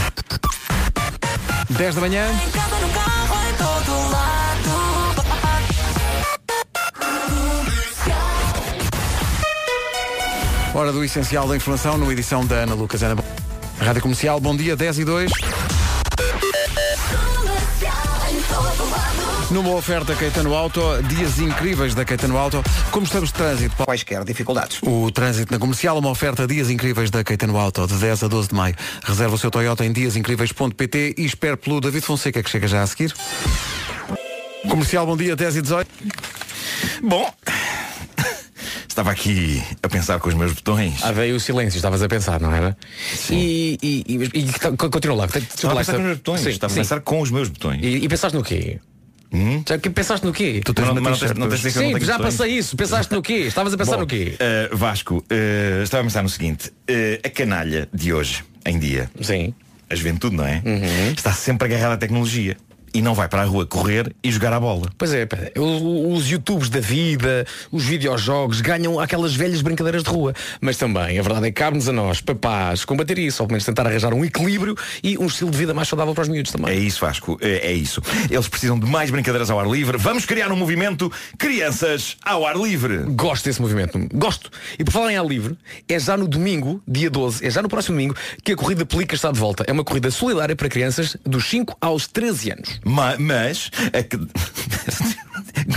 10 da manhã. Hora do essencial da informação numa edição da Ana Lucas. Ana... Rádio Comercial, bom dia, 10 e 2. Numa oferta Caetano Auto, dias incríveis da Caetano Auto. Como estamos de trânsito? Quaisquer dificuldades. O trânsito na comercial, uma oferta dias incríveis da Caetano Auto, de 10 a 12 de maio. Reserva o seu Toyota em diasincríveis.pt e espere pelo David Fonseca, que chega já a seguir. Comercial, bom dia, 10 e 18. Bom, Estava aqui a pensar com os meus botões. Ah, veio o silêncio, estavas a pensar, não era? Sim. E, e, e, e que tal- co- continua lá. Estava a pensar com os meus botões. Estava a pensar com os meus botões. E, e pensaste no quê? Já que pensaste no quê? Tu tens Mas não- uma mas não tens- t-shirt, não tens de dizer que eu não Sim, tenho já botões. passei isso. Pensaste no quê? Estavas a pensar Bom, no quê? eh, Vasco, eh, estava a pensar no seguinte: eh, a canalha de hoje, em dia, Sim. a juventude, não é? Está sempre agarrada à tecnologia e não vai para a rua correr e jogar à bola. Pois é, pá, o- os YouTubes da vida, os videojogos ganham aquelas velhas brincadeiras de rua. Mas também, a verdade é que cabe-nos a nós, papás, combater isso, ou pelo menos tentar arranjar um equilíbrio e um estilo de vida mais saudável para os miúdos também. É isso, Vasco, é, é isso. Eles precisam de mais brincadeiras ao ar livre. Vamos criar um movimento Crianças ao Ar Livre. Gosto desse movimento, gosto. E por falar em ar livre, é já no domingo, dia 12, é já no próximo domingo, que a corrida Pelica está de volta. É uma corrida solidária para crianças dos 5 aos 13 anos. Ma- Mas, é que-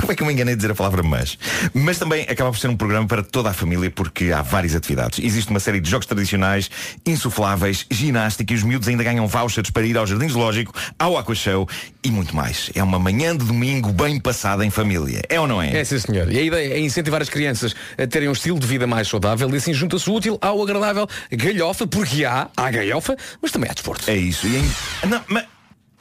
como é que eu me enganei de dizer a palavra mas? Mas também acaba por ser um programa para toda a família porque há várias atividades. Existe uma série de jogos tradicionais, insufláveis, ginástica e os miúdos ainda ganham vouchers para ir ao Jardim Zoológico, ao Aqua Show e muito mais. É uma manhã de domingo bem passada em família. É ou não é? É sim senhor. E a ideia é incentivar as crianças a terem um estilo de vida mais saudável e assim junta-se o útil ao agradável galhofa, porque há, há galhofa, mas também há desporto. É isso. E ainda... Não, mas...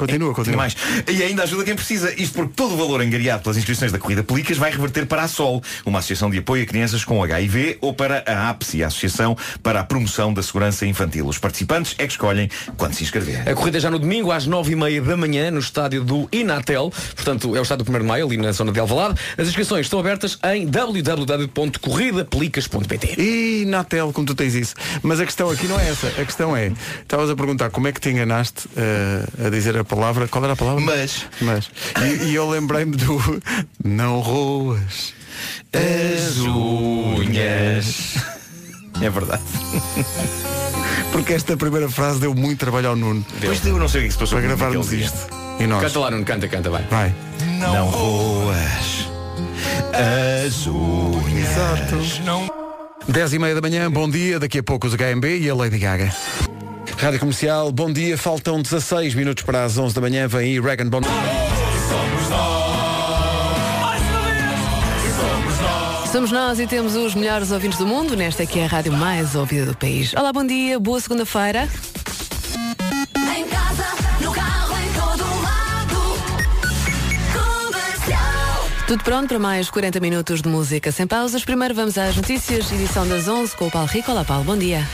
Continua, Ainda mais. E ainda ajuda quem precisa. Isto porque todo o valor angariado pelas inscrições da Corrida Pelicas vai reverter para a SOL, uma associação de apoio a crianças com HIV, ou para a APSI, a Associação para a Promoção da Segurança Infantil. Os participantes é que escolhem quando se inscrever. A corrida é já no domingo às 9h30 da manhã no estádio do Inatel, portanto é o estádio 1 de Maio, ali na zona de Alvalade. As inscrições estão abertas em www.corridapelicas.pt E Natel, como tu tens isso. Mas a questão aqui não é essa. A questão é, estavas a perguntar como é que te enganaste eh, a dizer a palavra. Qual era a palavra? Mas. Mas. E, e eu lembrei-me do Não roas. As unhas. É verdade. Porque esta primeira frase deu muito trabalho ao Nuno. Pois eu não sei o que é que se passou Para comigo gravarmos naquele isto. dia. E nós. Canta lá, Nuno, canta, canta, vai. Vai. Não, roas as unhas. Exato. Não 10 e meia da manhã, bom dia, daqui a pouco os HMB e a Lady Gaga. Rádio Comercial, bom dia, faltam 16 minutos para as 11 da manhã, vem aí Regan Bon... Somos nós e temos os melhores ouvintes do mundo. Nesta aqui é a rádio mais ouvida do país. Olá, bom dia, boa segunda-feira. Em casa, no carro, em todo lado. Comercial. Tudo pronto para mais 40 minutos de música sem pausas. Primeiro vamos às notícias, edição das 11 com o Paulo Rico. Olá, Paulo, bom dia.